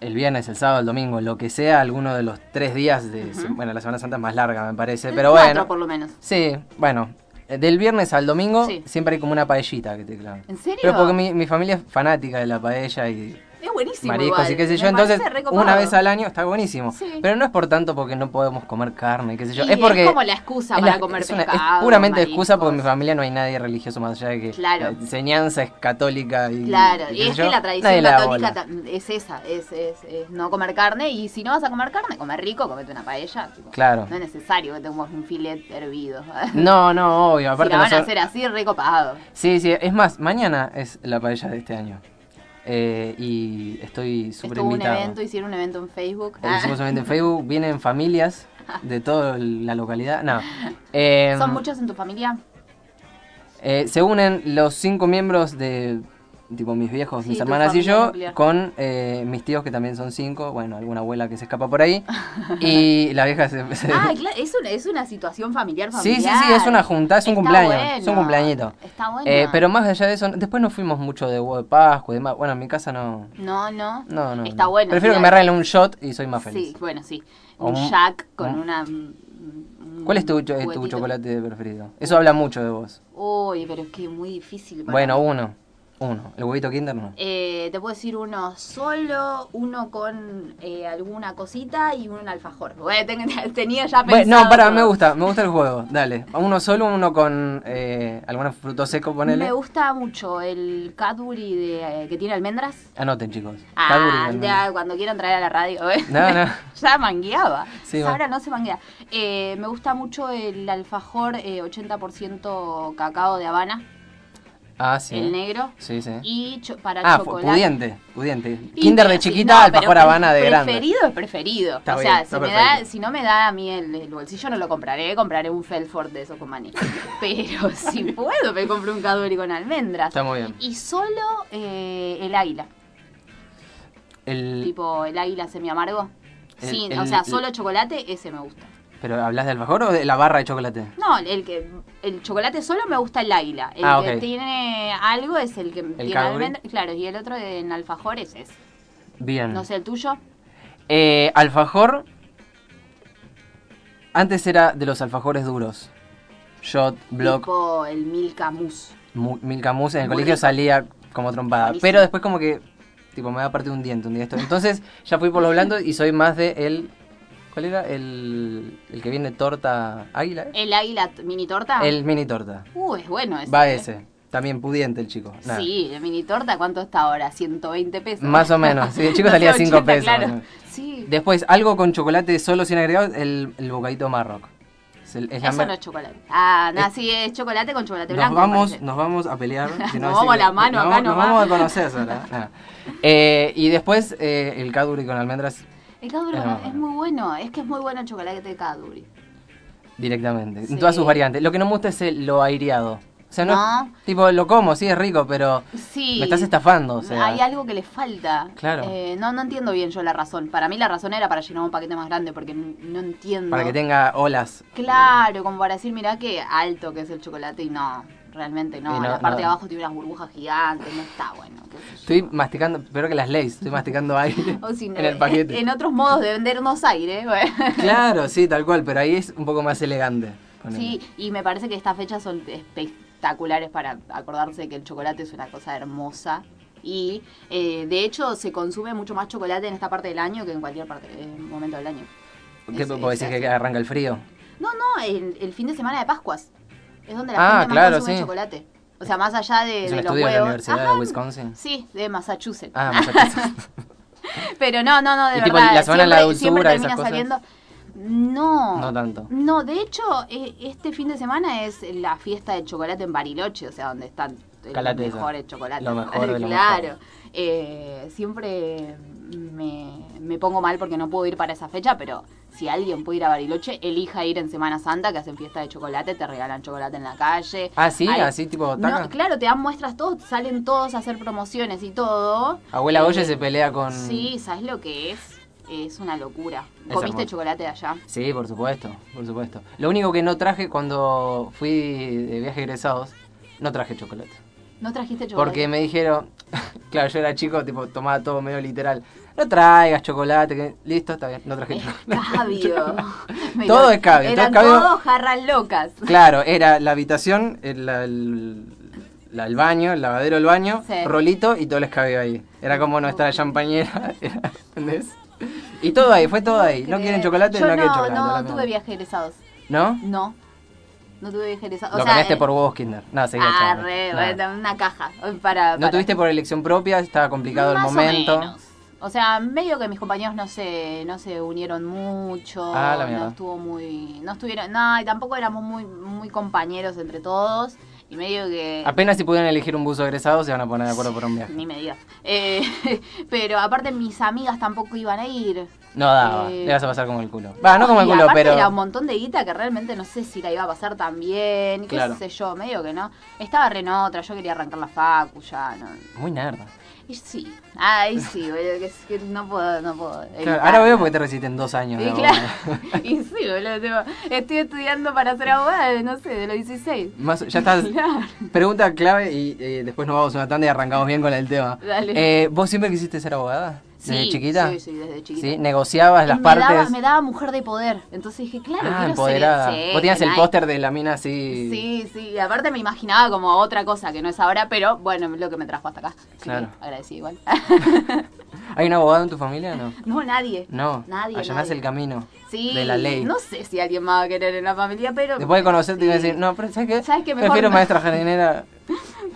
[SPEAKER 1] el viernes, el sábado, el domingo, lo que sea, alguno de los tres días de.
[SPEAKER 2] Ujú.
[SPEAKER 1] Bueno, la Semana Santa es más larga, me parece,
[SPEAKER 2] Tres,
[SPEAKER 1] pero
[SPEAKER 2] cuatro,
[SPEAKER 1] bueno.
[SPEAKER 2] por lo menos.
[SPEAKER 1] Sí, bueno. eh, Del viernes al domingo
[SPEAKER 2] Sí.
[SPEAKER 1] siempre hay como una paellita que te clavan.
[SPEAKER 2] ¿En serio?
[SPEAKER 1] Pero porque mi, mi familia es fanática de la paella y
[SPEAKER 2] Es buenísimo.
[SPEAKER 1] mariscos
[SPEAKER 2] igual.
[SPEAKER 1] y qué sé
[SPEAKER 2] Me
[SPEAKER 1] yo. Entonces,
[SPEAKER 2] parece recopado.
[SPEAKER 1] una vez al año está buenísimo.
[SPEAKER 2] Sí.
[SPEAKER 1] Pero no es por tanto porque no podemos comer carne, qué sé yo.
[SPEAKER 2] Y
[SPEAKER 1] es porque.
[SPEAKER 2] como la excusa
[SPEAKER 1] es
[SPEAKER 2] para
[SPEAKER 1] la-
[SPEAKER 2] comer
[SPEAKER 1] es una- es
[SPEAKER 2] pescado,
[SPEAKER 1] puramente excusa
[SPEAKER 2] mariscos.
[SPEAKER 1] porque en mi familia no hay nadie religioso más allá de que
[SPEAKER 2] Claro.
[SPEAKER 1] la enseñanza es católica y.
[SPEAKER 2] Claro,
[SPEAKER 1] qué
[SPEAKER 2] y
[SPEAKER 1] sé
[SPEAKER 2] es
[SPEAKER 1] yo,
[SPEAKER 2] que la
[SPEAKER 1] nadie le
[SPEAKER 2] tradición
[SPEAKER 1] da
[SPEAKER 2] católica
[SPEAKER 1] bola.
[SPEAKER 2] ta- es esa, es, es, es no comer carne. Y si no vas a comer carne, comer rico, comete una paella. tipo,
[SPEAKER 1] Claro.
[SPEAKER 2] No es necesario que tengamos un filet hervido. si
[SPEAKER 1] No, no, obvio.
[SPEAKER 2] la
[SPEAKER 1] Aparte,
[SPEAKER 2] van a
[SPEAKER 1] nosotros-
[SPEAKER 2] hacer así, recopado.
[SPEAKER 1] Sí, sí, es más, mañana es la paella de este año. eh, y estoy súper
[SPEAKER 2] Estuvo un
[SPEAKER 1] invitado.
[SPEAKER 2] evento, hicieron un evento en Facebook. Ah,
[SPEAKER 1] Eh, Hicimos un evento en Facebook, vienen familias de toda la localidad. No.
[SPEAKER 2] Ah,
[SPEAKER 1] Eh,
[SPEAKER 2] ¿Son muchos en tu familia?
[SPEAKER 1] eh, se unen los cinco miembros de, tipo, mis viejos,
[SPEAKER 2] Sí,
[SPEAKER 1] mis
[SPEAKER 2] tu
[SPEAKER 1] hermanas y
[SPEAKER 2] familia
[SPEAKER 1] yo,
[SPEAKER 2] nuclear.
[SPEAKER 1] con eh, mis tíos que también son cinco, bueno, alguna abuela que se escapa por ahí. y la vieja se... se-
[SPEAKER 2] Ah, claro, es una, es una situación familiar
[SPEAKER 1] Sí,
[SPEAKER 2] familiar.
[SPEAKER 1] sí, sí, es una juntada, es un
[SPEAKER 2] Está
[SPEAKER 1] cumpleaños,
[SPEAKER 2] bueno.
[SPEAKER 1] es un cumpleañito.
[SPEAKER 2] Está bueno.
[SPEAKER 1] Eh, pero más allá de eso, después no fuimos mucho de huevo de Pascua y demás. Bueno, en mi casa no.
[SPEAKER 2] No, no.
[SPEAKER 1] No, no.
[SPEAKER 2] Está
[SPEAKER 1] no.
[SPEAKER 2] bueno.
[SPEAKER 1] Prefiero que
[SPEAKER 2] sí,
[SPEAKER 1] me arreglen un shot y soy más feliz.
[SPEAKER 2] Sí, bueno, sí.
[SPEAKER 1] O
[SPEAKER 2] Un
[SPEAKER 1] un-
[SPEAKER 2] jack con
[SPEAKER 1] un-
[SPEAKER 2] una... un-
[SPEAKER 1] ¿Cuál es tu,
[SPEAKER 2] un
[SPEAKER 1] cho- eh, tu
[SPEAKER 2] juguetito.
[SPEAKER 1] chocolate preferido? Eso habla mucho de vos.
[SPEAKER 2] Uy, pero es que es muy difícil. para
[SPEAKER 1] Bueno,
[SPEAKER 2] mí.
[SPEAKER 1] uno. Uno. El huevito Kinder no.
[SPEAKER 2] Eh, te puedo decir uno solo, uno con eh, alguna cosita y un alfajor. Bueno, ten- tenía ya Ah, pensado.
[SPEAKER 1] Bueno, no, para,
[SPEAKER 2] todo.
[SPEAKER 1] me gusta, me gusta el juego. Dale. Uno solo, uno con eh, alguna fruto seco, ponele.
[SPEAKER 2] Me gusta mucho el Cadbury de, eh, que tiene almendras.
[SPEAKER 1] Anoten, chicos. Cadbury,
[SPEAKER 2] Ah,
[SPEAKER 1] al menos.
[SPEAKER 2] ya cuando quieran traer a la radio, ¿eh?
[SPEAKER 1] No, no.
[SPEAKER 2] ya mangueaba.
[SPEAKER 1] Sí,
[SPEAKER 2] Ahora
[SPEAKER 1] va.
[SPEAKER 2] no se manguea. Eh, me gusta mucho el alfajor eh, 80% cacao de Habana,
[SPEAKER 1] Ah, sí.
[SPEAKER 2] el negro.
[SPEAKER 1] Sí, sí.
[SPEAKER 2] Y cho- para
[SPEAKER 1] Ah, fu-
[SPEAKER 2] chocolate.
[SPEAKER 1] pudiente, pudiente.
[SPEAKER 2] Y
[SPEAKER 1] Kinder de
[SPEAKER 2] pero-
[SPEAKER 1] chiquita,
[SPEAKER 2] no,
[SPEAKER 1] alfajor
[SPEAKER 2] pero
[SPEAKER 1] habana de
[SPEAKER 2] preferido
[SPEAKER 1] grande.
[SPEAKER 2] es preferido.
[SPEAKER 1] Está
[SPEAKER 2] o
[SPEAKER 1] bien,
[SPEAKER 2] sea,
[SPEAKER 1] está
[SPEAKER 2] si me, da,
[SPEAKER 1] perfecto.
[SPEAKER 2] si no me da a mí el, el bolsillo, no lo compraré. Compraré un Felford de esos con maní. Pero si puedo, me compro un Cadbury con almendras.
[SPEAKER 1] Está muy bien.
[SPEAKER 2] Y solo eh, el águila.
[SPEAKER 1] El,
[SPEAKER 2] Tipo el águila semi amargo.
[SPEAKER 1] El-
[SPEAKER 2] Sin,
[SPEAKER 1] el-
[SPEAKER 2] o sea,
[SPEAKER 1] el-
[SPEAKER 2] solo chocolate, ese me gusta.
[SPEAKER 1] ¿Pero hablas de alfajor o de la barra de chocolate?
[SPEAKER 2] No, el que el chocolate solo me gusta el águila. El
[SPEAKER 1] Ah,
[SPEAKER 2] que
[SPEAKER 1] ok.
[SPEAKER 2] tiene algo es el que tiene
[SPEAKER 1] Cadbury?
[SPEAKER 2] almendra- Claro, y el otro en alfajor es ese.
[SPEAKER 1] Bien.
[SPEAKER 2] No sé, el tuyo.
[SPEAKER 1] Eh, alfajor. Antes era de los alfajores duros. Shot, block,
[SPEAKER 2] Tipo el Milka Mousse.
[SPEAKER 1] mu- Milka Mousse. En el
[SPEAKER 2] Muy
[SPEAKER 1] colegio
[SPEAKER 2] rico.
[SPEAKER 1] salía como trompada.
[SPEAKER 2] Buenísimo.
[SPEAKER 1] Pero después como que... Tipo, me da parte un diente un día esto. Entonces ya fui por los blandos y soy más de el... ¿Cuál era? El, el que viene torta águila. ¿eh?
[SPEAKER 2] ¿El águila t- mini torta?
[SPEAKER 1] El mini torta.
[SPEAKER 2] Uh, es bueno ese.
[SPEAKER 1] Va
[SPEAKER 2] eh.
[SPEAKER 1] ese. También pudiente el chico. Nada.
[SPEAKER 2] Sí, el mini torta, ¿cuánto está ahora? ¿120 pesos?
[SPEAKER 1] Más o menos. Sí, el chico
[SPEAKER 2] No sé,
[SPEAKER 1] salía 5
[SPEAKER 2] 80,
[SPEAKER 1] pesos. más o
[SPEAKER 2] Claro.
[SPEAKER 1] menos.
[SPEAKER 2] Sí.
[SPEAKER 1] Después, algo con chocolate solo sin agregados, el, el bocadito Marroc. Es el- es la
[SPEAKER 2] Eso
[SPEAKER 1] mer-
[SPEAKER 2] no es chocolate. Ah, no,
[SPEAKER 1] Es-
[SPEAKER 2] sí, es chocolate con chocolate
[SPEAKER 1] nos
[SPEAKER 2] blanco.
[SPEAKER 1] vamos,
[SPEAKER 2] parece.
[SPEAKER 1] nos vamos a pelear. si no,
[SPEAKER 2] Nos vamos
[SPEAKER 1] así-
[SPEAKER 2] a la mano
[SPEAKER 1] nos
[SPEAKER 2] acá
[SPEAKER 1] vamos- Nos
[SPEAKER 2] nomás.
[SPEAKER 1] vamos a conocer Sara. Nada. Eh, y después eh, el Cadbury con almendras
[SPEAKER 2] El Cadbury
[SPEAKER 1] Es más
[SPEAKER 2] es muy bueno. Es que es muy bueno el chocolate de Cadbury.
[SPEAKER 1] directamente,
[SPEAKER 2] Sí.
[SPEAKER 1] en todas sus variantes. Lo que no me gusta es el- lo aireado. O sea, no,
[SPEAKER 2] No.
[SPEAKER 1] tipo lo como, sí es rico, pero
[SPEAKER 2] Sí.
[SPEAKER 1] me estás estafando. O sea,
[SPEAKER 2] Hay algo que le falta.
[SPEAKER 1] Claro.
[SPEAKER 2] Eh, no, no entiendo bien yo la razón. Para mí la razón era para llenar un paquete más grande, porque n- no entiendo.
[SPEAKER 1] para que tenga olas.
[SPEAKER 2] Claro, como para decir, mirá qué alto que es el chocolate y no, realmente no.
[SPEAKER 1] Y no,
[SPEAKER 2] la parte de
[SPEAKER 1] no.
[SPEAKER 2] abajo tiene unas burbujas gigantes, no está bueno. qué sé yo.
[SPEAKER 1] Estoy masticando, peor que las leyes, estoy masticando aire
[SPEAKER 2] O si no,
[SPEAKER 1] en el paquete.
[SPEAKER 2] En otros modos de vendernos aire. bueno.
[SPEAKER 1] Claro, sí, tal cual, pero ahí es un poco más elegante. ponele.
[SPEAKER 2] Sí, y me parece que estas fechas son espectaculares para acordarse que el chocolate es una cosa hermosa. Y eh, de hecho se consume mucho más chocolate en esta parte del año que en cualquier parte, eh, momento del año.
[SPEAKER 1] ¿Qué
[SPEAKER 2] Es-
[SPEAKER 1] puedo
[SPEAKER 2] es
[SPEAKER 1] decir
[SPEAKER 2] así.
[SPEAKER 1] que arranca el frío?
[SPEAKER 2] No, no, el, el fin de semana de Pascuas. Es donde la
[SPEAKER 1] Ah,
[SPEAKER 2] gente más
[SPEAKER 1] claro,
[SPEAKER 2] consume
[SPEAKER 1] sí.
[SPEAKER 2] chocolate. O sea, más allá de,
[SPEAKER 1] Es
[SPEAKER 2] de
[SPEAKER 1] un
[SPEAKER 2] los
[SPEAKER 1] estudio
[SPEAKER 2] huevos.
[SPEAKER 1] de la Universidad
[SPEAKER 2] Ajá,
[SPEAKER 1] de Wisconsin.
[SPEAKER 2] Sí, de Massachusetts.
[SPEAKER 1] Ah, Massachusetts.
[SPEAKER 2] Pero no, no, no, de
[SPEAKER 1] Y tipo,
[SPEAKER 2] verdad.
[SPEAKER 1] la semana de la
[SPEAKER 2] siempre- siempre
[SPEAKER 1] dulzura, esas
[SPEAKER 2] termina
[SPEAKER 1] cosas.
[SPEAKER 2] saliendo. No.
[SPEAKER 1] No tanto.
[SPEAKER 2] No, de hecho, e- este fin de semana es la fiesta del chocolate en Bariloche, o sea, donde están los
[SPEAKER 1] Calate esa.
[SPEAKER 2] mejores chocolates.
[SPEAKER 1] Lo mejor de lo
[SPEAKER 2] claro.
[SPEAKER 1] mejor.
[SPEAKER 2] Eh, siempre me, me pongo mal porque no puedo ir para esa fecha, pero si alguien puede ir a Bariloche, elija ir en Semana Santa, que hacen fiesta de chocolate, te regalan chocolate en la calle.
[SPEAKER 1] Ah, sí,
[SPEAKER 2] Hay-
[SPEAKER 1] así tipo taca.
[SPEAKER 2] No, claro, te dan muestras todos, salen todos a hacer promociones y todo.
[SPEAKER 1] Abuela Goye
[SPEAKER 2] Eh,
[SPEAKER 1] se pelea con.
[SPEAKER 2] Sí, ¿sabes lo que es? Es una locura.
[SPEAKER 1] Es
[SPEAKER 2] ¿Comiste
[SPEAKER 1] hermoso.
[SPEAKER 2] chocolate de allá?
[SPEAKER 1] Sí, por supuesto, por supuesto. Lo único que no traje cuando fui de viaje egresados, no traje chocolate.
[SPEAKER 2] ¿No trajiste chocolate?
[SPEAKER 1] Porque me dijeron, claro, yo era chico, tipo, tomaba todo medio literal. No traigas chocolate, que... listo, está bien, no traje
[SPEAKER 2] Es
[SPEAKER 1] chocolate.
[SPEAKER 2] cabio. Me
[SPEAKER 1] Todo
[SPEAKER 2] lo-
[SPEAKER 1] es cabio, todo
[SPEAKER 2] Eran
[SPEAKER 1] es cabio.
[SPEAKER 2] todos jarras locas.
[SPEAKER 1] Claro, era la habitación, el, la- el- la- el baño, el lavadero del baño,
[SPEAKER 2] Sí.
[SPEAKER 1] rolito y todo el escabio ahí. Era como nuestra champañera, era- ¿entendés? Y todo ahí, fue todo ahí. ¿No
[SPEAKER 2] Creo.
[SPEAKER 1] quieren chocolate?
[SPEAKER 2] Eh, Yo
[SPEAKER 1] no
[SPEAKER 2] no,
[SPEAKER 1] quieren chocolate. la
[SPEAKER 2] no
[SPEAKER 1] mierda.
[SPEAKER 2] tuve viajes egresados.
[SPEAKER 1] ¿No?
[SPEAKER 2] No. No tuve viajes egresados. eh,
[SPEAKER 1] Lo cambiaste por huevos Kinder. Nada, seguí
[SPEAKER 2] Ah,
[SPEAKER 1] echando.
[SPEAKER 2] re,
[SPEAKER 1] Nada.
[SPEAKER 2] bueno, una caja. eh, Para,
[SPEAKER 1] No
[SPEAKER 2] para-
[SPEAKER 1] tuviste por elección propia, estaba complicado el
[SPEAKER 2] Más o
[SPEAKER 1] momento.
[SPEAKER 2] menos. O sea, medio que mis compañeros no se, no se unieron mucho,
[SPEAKER 1] Ah, la mierda.
[SPEAKER 2] no estuvo muy, no estuvieron, no, y tampoco éramos muy, muy compañeros entre todos. Y medio que...
[SPEAKER 1] Apenas si pudieran elegir un buzo egresado se van a poner de acuerdo por un viaje.
[SPEAKER 2] Ni me digas. Eh, pero aparte mis amigas tampoco iban a ir.
[SPEAKER 1] No daba,
[SPEAKER 2] Eh,
[SPEAKER 1] le vas a pasar como el culo. Va, Ah, no como
[SPEAKER 2] Y
[SPEAKER 1] el culo,
[SPEAKER 2] aparte
[SPEAKER 1] pero.
[SPEAKER 2] Era un montón de guita que realmente no sé si la iba a pasar tan bien, qué
[SPEAKER 1] Claro.
[SPEAKER 2] sé yo, medio que no. Estaba re en otra, yo quería arrancar la facu ya, no.
[SPEAKER 1] Muy nerda.
[SPEAKER 2] Y sí, ahí sí, boludo, que, es que no puedo, no puedo.
[SPEAKER 1] Claro,
[SPEAKER 2] evitar.
[SPEAKER 1] ahora veo porque te resisten dos años.
[SPEAKER 2] Y
[SPEAKER 1] de
[SPEAKER 2] claro,
[SPEAKER 1] abogado.
[SPEAKER 2] y sí, boludo, tipo, estoy estudiando para ser abogada, de, no sé, de los 16.
[SPEAKER 1] Más- ya estás.
[SPEAKER 2] Claro.
[SPEAKER 1] Pregunta clave y eh, después nos vamos a una tanda y arrancamos bien con el tema.
[SPEAKER 2] Dale.
[SPEAKER 1] Eh, ¿Vos siempre quisiste ser abogada? ¿Desde
[SPEAKER 2] Sí,
[SPEAKER 1] chiquita?
[SPEAKER 2] Sí, sí, desde chiquita.
[SPEAKER 1] ¿Sí? ¿Negociabas las
[SPEAKER 2] me
[SPEAKER 1] partes?
[SPEAKER 2] Daba, me daba mujer de poder. Entonces dije, claro,
[SPEAKER 1] ah,
[SPEAKER 2] quiero
[SPEAKER 1] empoderada.
[SPEAKER 2] ser. sí,
[SPEAKER 1] Vos tenías el
[SPEAKER 2] nice.
[SPEAKER 1] póster de la mina así.
[SPEAKER 2] Sí, sí, y aparte me imaginaba como otra cosa que no es ahora, pero bueno, lo que me trajo hasta acá. Así
[SPEAKER 1] Claro.
[SPEAKER 2] que Agradecida igual.
[SPEAKER 1] ¿Hay un abogado en tu familia o no?
[SPEAKER 2] no, nadie.
[SPEAKER 1] No.
[SPEAKER 2] Nadie,
[SPEAKER 1] Allanás
[SPEAKER 2] nadie.
[SPEAKER 1] el camino
[SPEAKER 2] Sí,
[SPEAKER 1] de la ley.
[SPEAKER 2] No sé si alguien me va a querer en la familia, pero.
[SPEAKER 1] Después de conocerte iba a
[SPEAKER 2] Sí.
[SPEAKER 1] decir, no, pero ¿sabes qué?
[SPEAKER 2] ¿Sabes qué? Mejor
[SPEAKER 1] Prefiero
[SPEAKER 2] no.
[SPEAKER 1] maestra jardinera.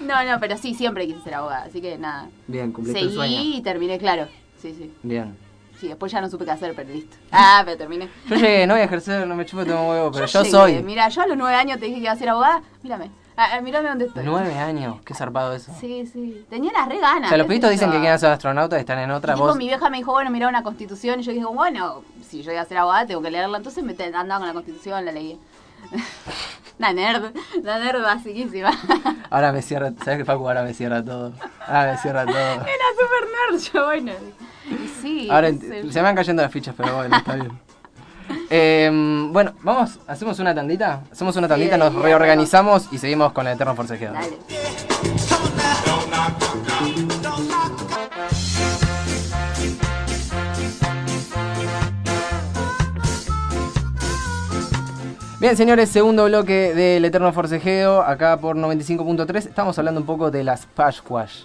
[SPEAKER 2] No, no, pero sí, siempre quise ser abogada, así que nada.
[SPEAKER 1] Bien, cumpliste el
[SPEAKER 2] Seguí
[SPEAKER 1] sueño.
[SPEAKER 2] y terminé, claro. Sí, sí.
[SPEAKER 1] Bien.
[SPEAKER 2] Sí, después ya no supe qué hacer, pero listo. Ah, pero terminé.
[SPEAKER 1] Yo llegué, no voy a ejercer, no me chupo, tengo huevo, pero yo,
[SPEAKER 2] llegué,
[SPEAKER 1] soy.
[SPEAKER 2] Mira, yo a los nueve años te dije que iba a ser abogada. Mírame. Ah, ah, mírame dónde estoy.
[SPEAKER 1] Nueve años, qué zarpado eso.
[SPEAKER 2] Sí, sí. Tenía las re ganas.
[SPEAKER 1] o sea, los
[SPEAKER 2] qué sé
[SPEAKER 1] pibitos dicen
[SPEAKER 2] yo.
[SPEAKER 1] que quieren ser astronautas y están en otra.
[SPEAKER 2] Y tipo,
[SPEAKER 1] Vos,
[SPEAKER 2] mi vieja me dijo, bueno, mira una constitución. Y yo dije, bueno, si yo voy a ser abogada, tengo que leerla. Entonces me te- andaba con la constitución, la leí. la nerd, la nerd basiquísima. Era
[SPEAKER 1] ahora me cierra, ¿sabes que Facu ahora me cierra todo? Ahora me cierra todo.
[SPEAKER 2] super nerd, yo, bueno. Y sí.
[SPEAKER 1] Ahora
[SPEAKER 2] no
[SPEAKER 1] ent-
[SPEAKER 2] sé.
[SPEAKER 1] se me van cayendo las fichas, pero bueno, está bien. Em, bueno, vamos, hacemos una tandita. Hacemos una tandita,
[SPEAKER 2] Sí,
[SPEAKER 1] nos
[SPEAKER 2] ya,
[SPEAKER 1] reorganizamos y seguimos con el Eterno Forcejeo.
[SPEAKER 2] Dale.
[SPEAKER 1] Bien, señores, segundo bloque del Eterno Forcejeo, acá por 95.3. Estamos hablando un poco de las Pashwash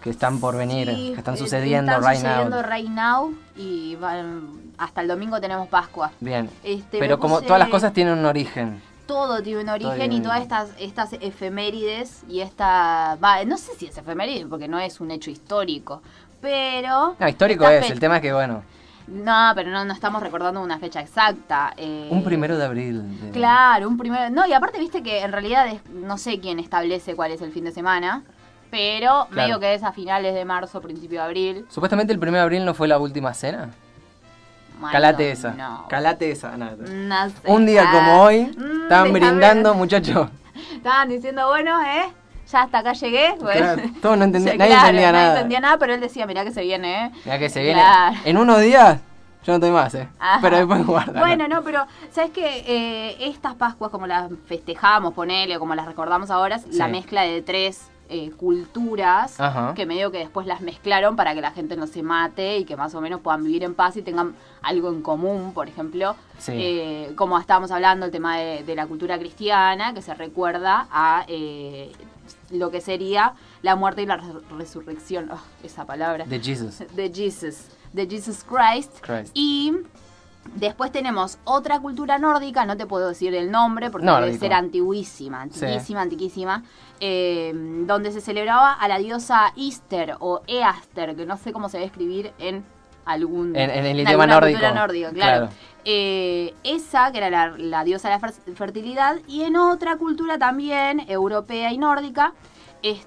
[SPEAKER 1] que están por venir,
[SPEAKER 2] Sí,
[SPEAKER 1] que están
[SPEAKER 2] eh,
[SPEAKER 1] sucediendo
[SPEAKER 2] están
[SPEAKER 1] right
[SPEAKER 2] sucediendo
[SPEAKER 1] now.
[SPEAKER 2] right now y van- hasta el domingo tenemos Pascua.
[SPEAKER 1] Bien.
[SPEAKER 2] Este,
[SPEAKER 1] Pero
[SPEAKER 2] me
[SPEAKER 1] como
[SPEAKER 2] puse-
[SPEAKER 1] todas las cosas tienen un origen.
[SPEAKER 2] todo tiene un
[SPEAKER 1] Todo
[SPEAKER 2] origen
[SPEAKER 1] tiene
[SPEAKER 2] y
[SPEAKER 1] un
[SPEAKER 2] todas
[SPEAKER 1] origen.
[SPEAKER 2] estas estas efemérides y esta va, no sé si es efeméride porque no es un hecho histórico, pero
[SPEAKER 1] No, histórico
[SPEAKER 2] esta
[SPEAKER 1] es,
[SPEAKER 2] fe-
[SPEAKER 1] el tema es que, bueno,
[SPEAKER 2] No, pero no, no estamos recordando una fecha exacta. eh,
[SPEAKER 1] un primero de abril. de-
[SPEAKER 2] Claro, un primero. No, y aparte viste que en realidad es- no sé quién establece cuál es el fin de semana,
[SPEAKER 1] Claro.
[SPEAKER 2] pero medio que es a finales de marzo, principio de abril.
[SPEAKER 1] Supuestamente el primero de abril no fue la última cena.
[SPEAKER 2] Mano,
[SPEAKER 1] Calate esa.
[SPEAKER 2] No.
[SPEAKER 1] Calate esa. nada.
[SPEAKER 2] No sé.
[SPEAKER 1] Un día
[SPEAKER 2] Ah,
[SPEAKER 1] como hoy,
[SPEAKER 2] mm,
[SPEAKER 1] estaban
[SPEAKER 2] déjame-
[SPEAKER 1] brindando, muchachos.
[SPEAKER 2] Estaban diciendo, bueno, ¿eh? Ya hasta acá llegué. Bueno.
[SPEAKER 1] Claro, todos no entendían-
[SPEAKER 2] Sí,
[SPEAKER 1] nadie entendía nada.
[SPEAKER 2] Nadie entendía nada, pero él decía, mirá que se viene, ¿eh?
[SPEAKER 1] Mirá que se viene.
[SPEAKER 2] Claro.
[SPEAKER 1] En unos días, yo no estoy más, ¿eh?
[SPEAKER 2] Ajá.
[SPEAKER 1] Pero después guardan.
[SPEAKER 2] Bueno, no, pero sabes que estas Pascuas, como las festejamos, ponele, como las recordamos ahora, es la mezcla de tres eh, culturas
[SPEAKER 1] Ajá.
[SPEAKER 2] que medio que después las mezclaron para que la gente no se mate y que más o menos puedan vivir en paz y tengan algo en común, por ejemplo.
[SPEAKER 1] Sí.
[SPEAKER 2] eh, como estábamos hablando, el tema de, de la cultura cristiana, que se recuerda a eh, lo que sería la muerte y la resur- resurrección. Oh, esa palabra
[SPEAKER 1] De Jesus.
[SPEAKER 2] de Jesus, de Jesus Christ.
[SPEAKER 1] Christ.
[SPEAKER 2] Y después tenemos otra cultura nórdica, no te puedo decir el nombre porque debe
[SPEAKER 1] Nórdico.
[SPEAKER 2] ser antiguísima, antiquísima, antiquísima, eh, donde se celebraba a la diosa Easter o Easter, que no sé cómo se debe escribir en algún
[SPEAKER 1] En- en el idioma
[SPEAKER 2] alguna
[SPEAKER 1] nórdico.
[SPEAKER 2] cultura nórdica, claro.
[SPEAKER 1] Claro.
[SPEAKER 2] Eh, esa, que era la, la diosa de la fer- fertilidad, y en otra cultura también, europea y nórdica,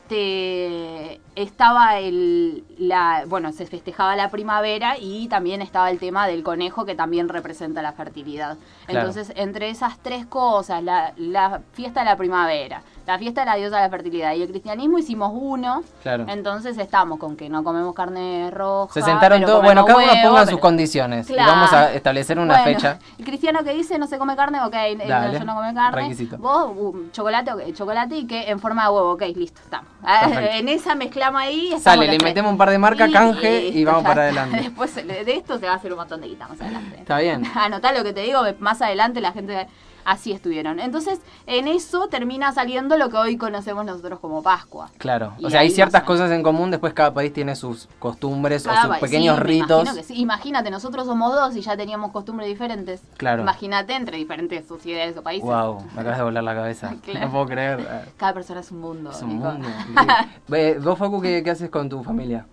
[SPEAKER 2] este, estaba el, la, bueno, se festejaba la primavera y también estaba el tema del conejo que también representa la fertilidad.
[SPEAKER 1] Claro.
[SPEAKER 2] Entonces, entre esas tres cosas, la, la fiesta de la primavera, la fiesta de la diosa de la fertilidad y el cristianismo hicimos uno.
[SPEAKER 1] Claro.
[SPEAKER 2] Entonces estamos con que no comemos carne roja.
[SPEAKER 1] Se sentaron
[SPEAKER 2] Ah, pero
[SPEAKER 1] todos. Bueno, cada
[SPEAKER 2] comemos
[SPEAKER 1] uno
[SPEAKER 2] huevo,
[SPEAKER 1] ponga sus
[SPEAKER 2] pero-
[SPEAKER 1] condiciones.
[SPEAKER 2] Claro.
[SPEAKER 1] Y vamos a establecer una
[SPEAKER 2] Bueno,
[SPEAKER 1] fecha.
[SPEAKER 2] El cristiano que dice no se come carne, ok, eh,
[SPEAKER 1] Dale,
[SPEAKER 2] yo no come carne.
[SPEAKER 1] requisito.
[SPEAKER 2] Vos, um, chocolate, ok, chocolate y que en forma de huevo, ok, listo, estamos. Ah,
[SPEAKER 1] Perfecto.
[SPEAKER 2] En esa mezclamos ahí. estamos
[SPEAKER 1] Sale,
[SPEAKER 2] los
[SPEAKER 1] le
[SPEAKER 2] tres.
[SPEAKER 1] metemos un par de marca,
[SPEAKER 2] Y
[SPEAKER 1] canje, y vamos
[SPEAKER 2] ya
[SPEAKER 1] para
[SPEAKER 2] está.
[SPEAKER 1] adelante.
[SPEAKER 2] Después se- de esto se va a hacer un montón de guita más adelante.
[SPEAKER 1] Está bien.
[SPEAKER 2] Anotá lo que te digo, que más adelante la gente así estuvieron. Entonces, en eso termina saliendo lo que hoy conocemos nosotros como Pascua.
[SPEAKER 1] Claro. O
[SPEAKER 2] Y
[SPEAKER 1] sea, hay
[SPEAKER 2] ahí
[SPEAKER 1] cosas
[SPEAKER 2] más o
[SPEAKER 1] cosas en común, después cada país tiene sus costumbres
[SPEAKER 2] Cada
[SPEAKER 1] o sus
[SPEAKER 2] país.
[SPEAKER 1] pequeños
[SPEAKER 2] Ah, Sí, me
[SPEAKER 1] ritos.
[SPEAKER 2] imagino que sí. Imagínate, nosotros somos dos y ya teníamos costumbres diferentes.
[SPEAKER 1] Claro.
[SPEAKER 2] Imagínate entre diferentes sociedades o países.
[SPEAKER 1] Wow, me acabas de volar la cabeza.
[SPEAKER 2] Claro.
[SPEAKER 1] No puedo creer. eh,
[SPEAKER 2] Cada persona es un mundo.
[SPEAKER 1] Es un
[SPEAKER 2] Nico.
[SPEAKER 1] mundo. increíble. Eh, ¿Vos, Facu, qué, qué haces con tu familia?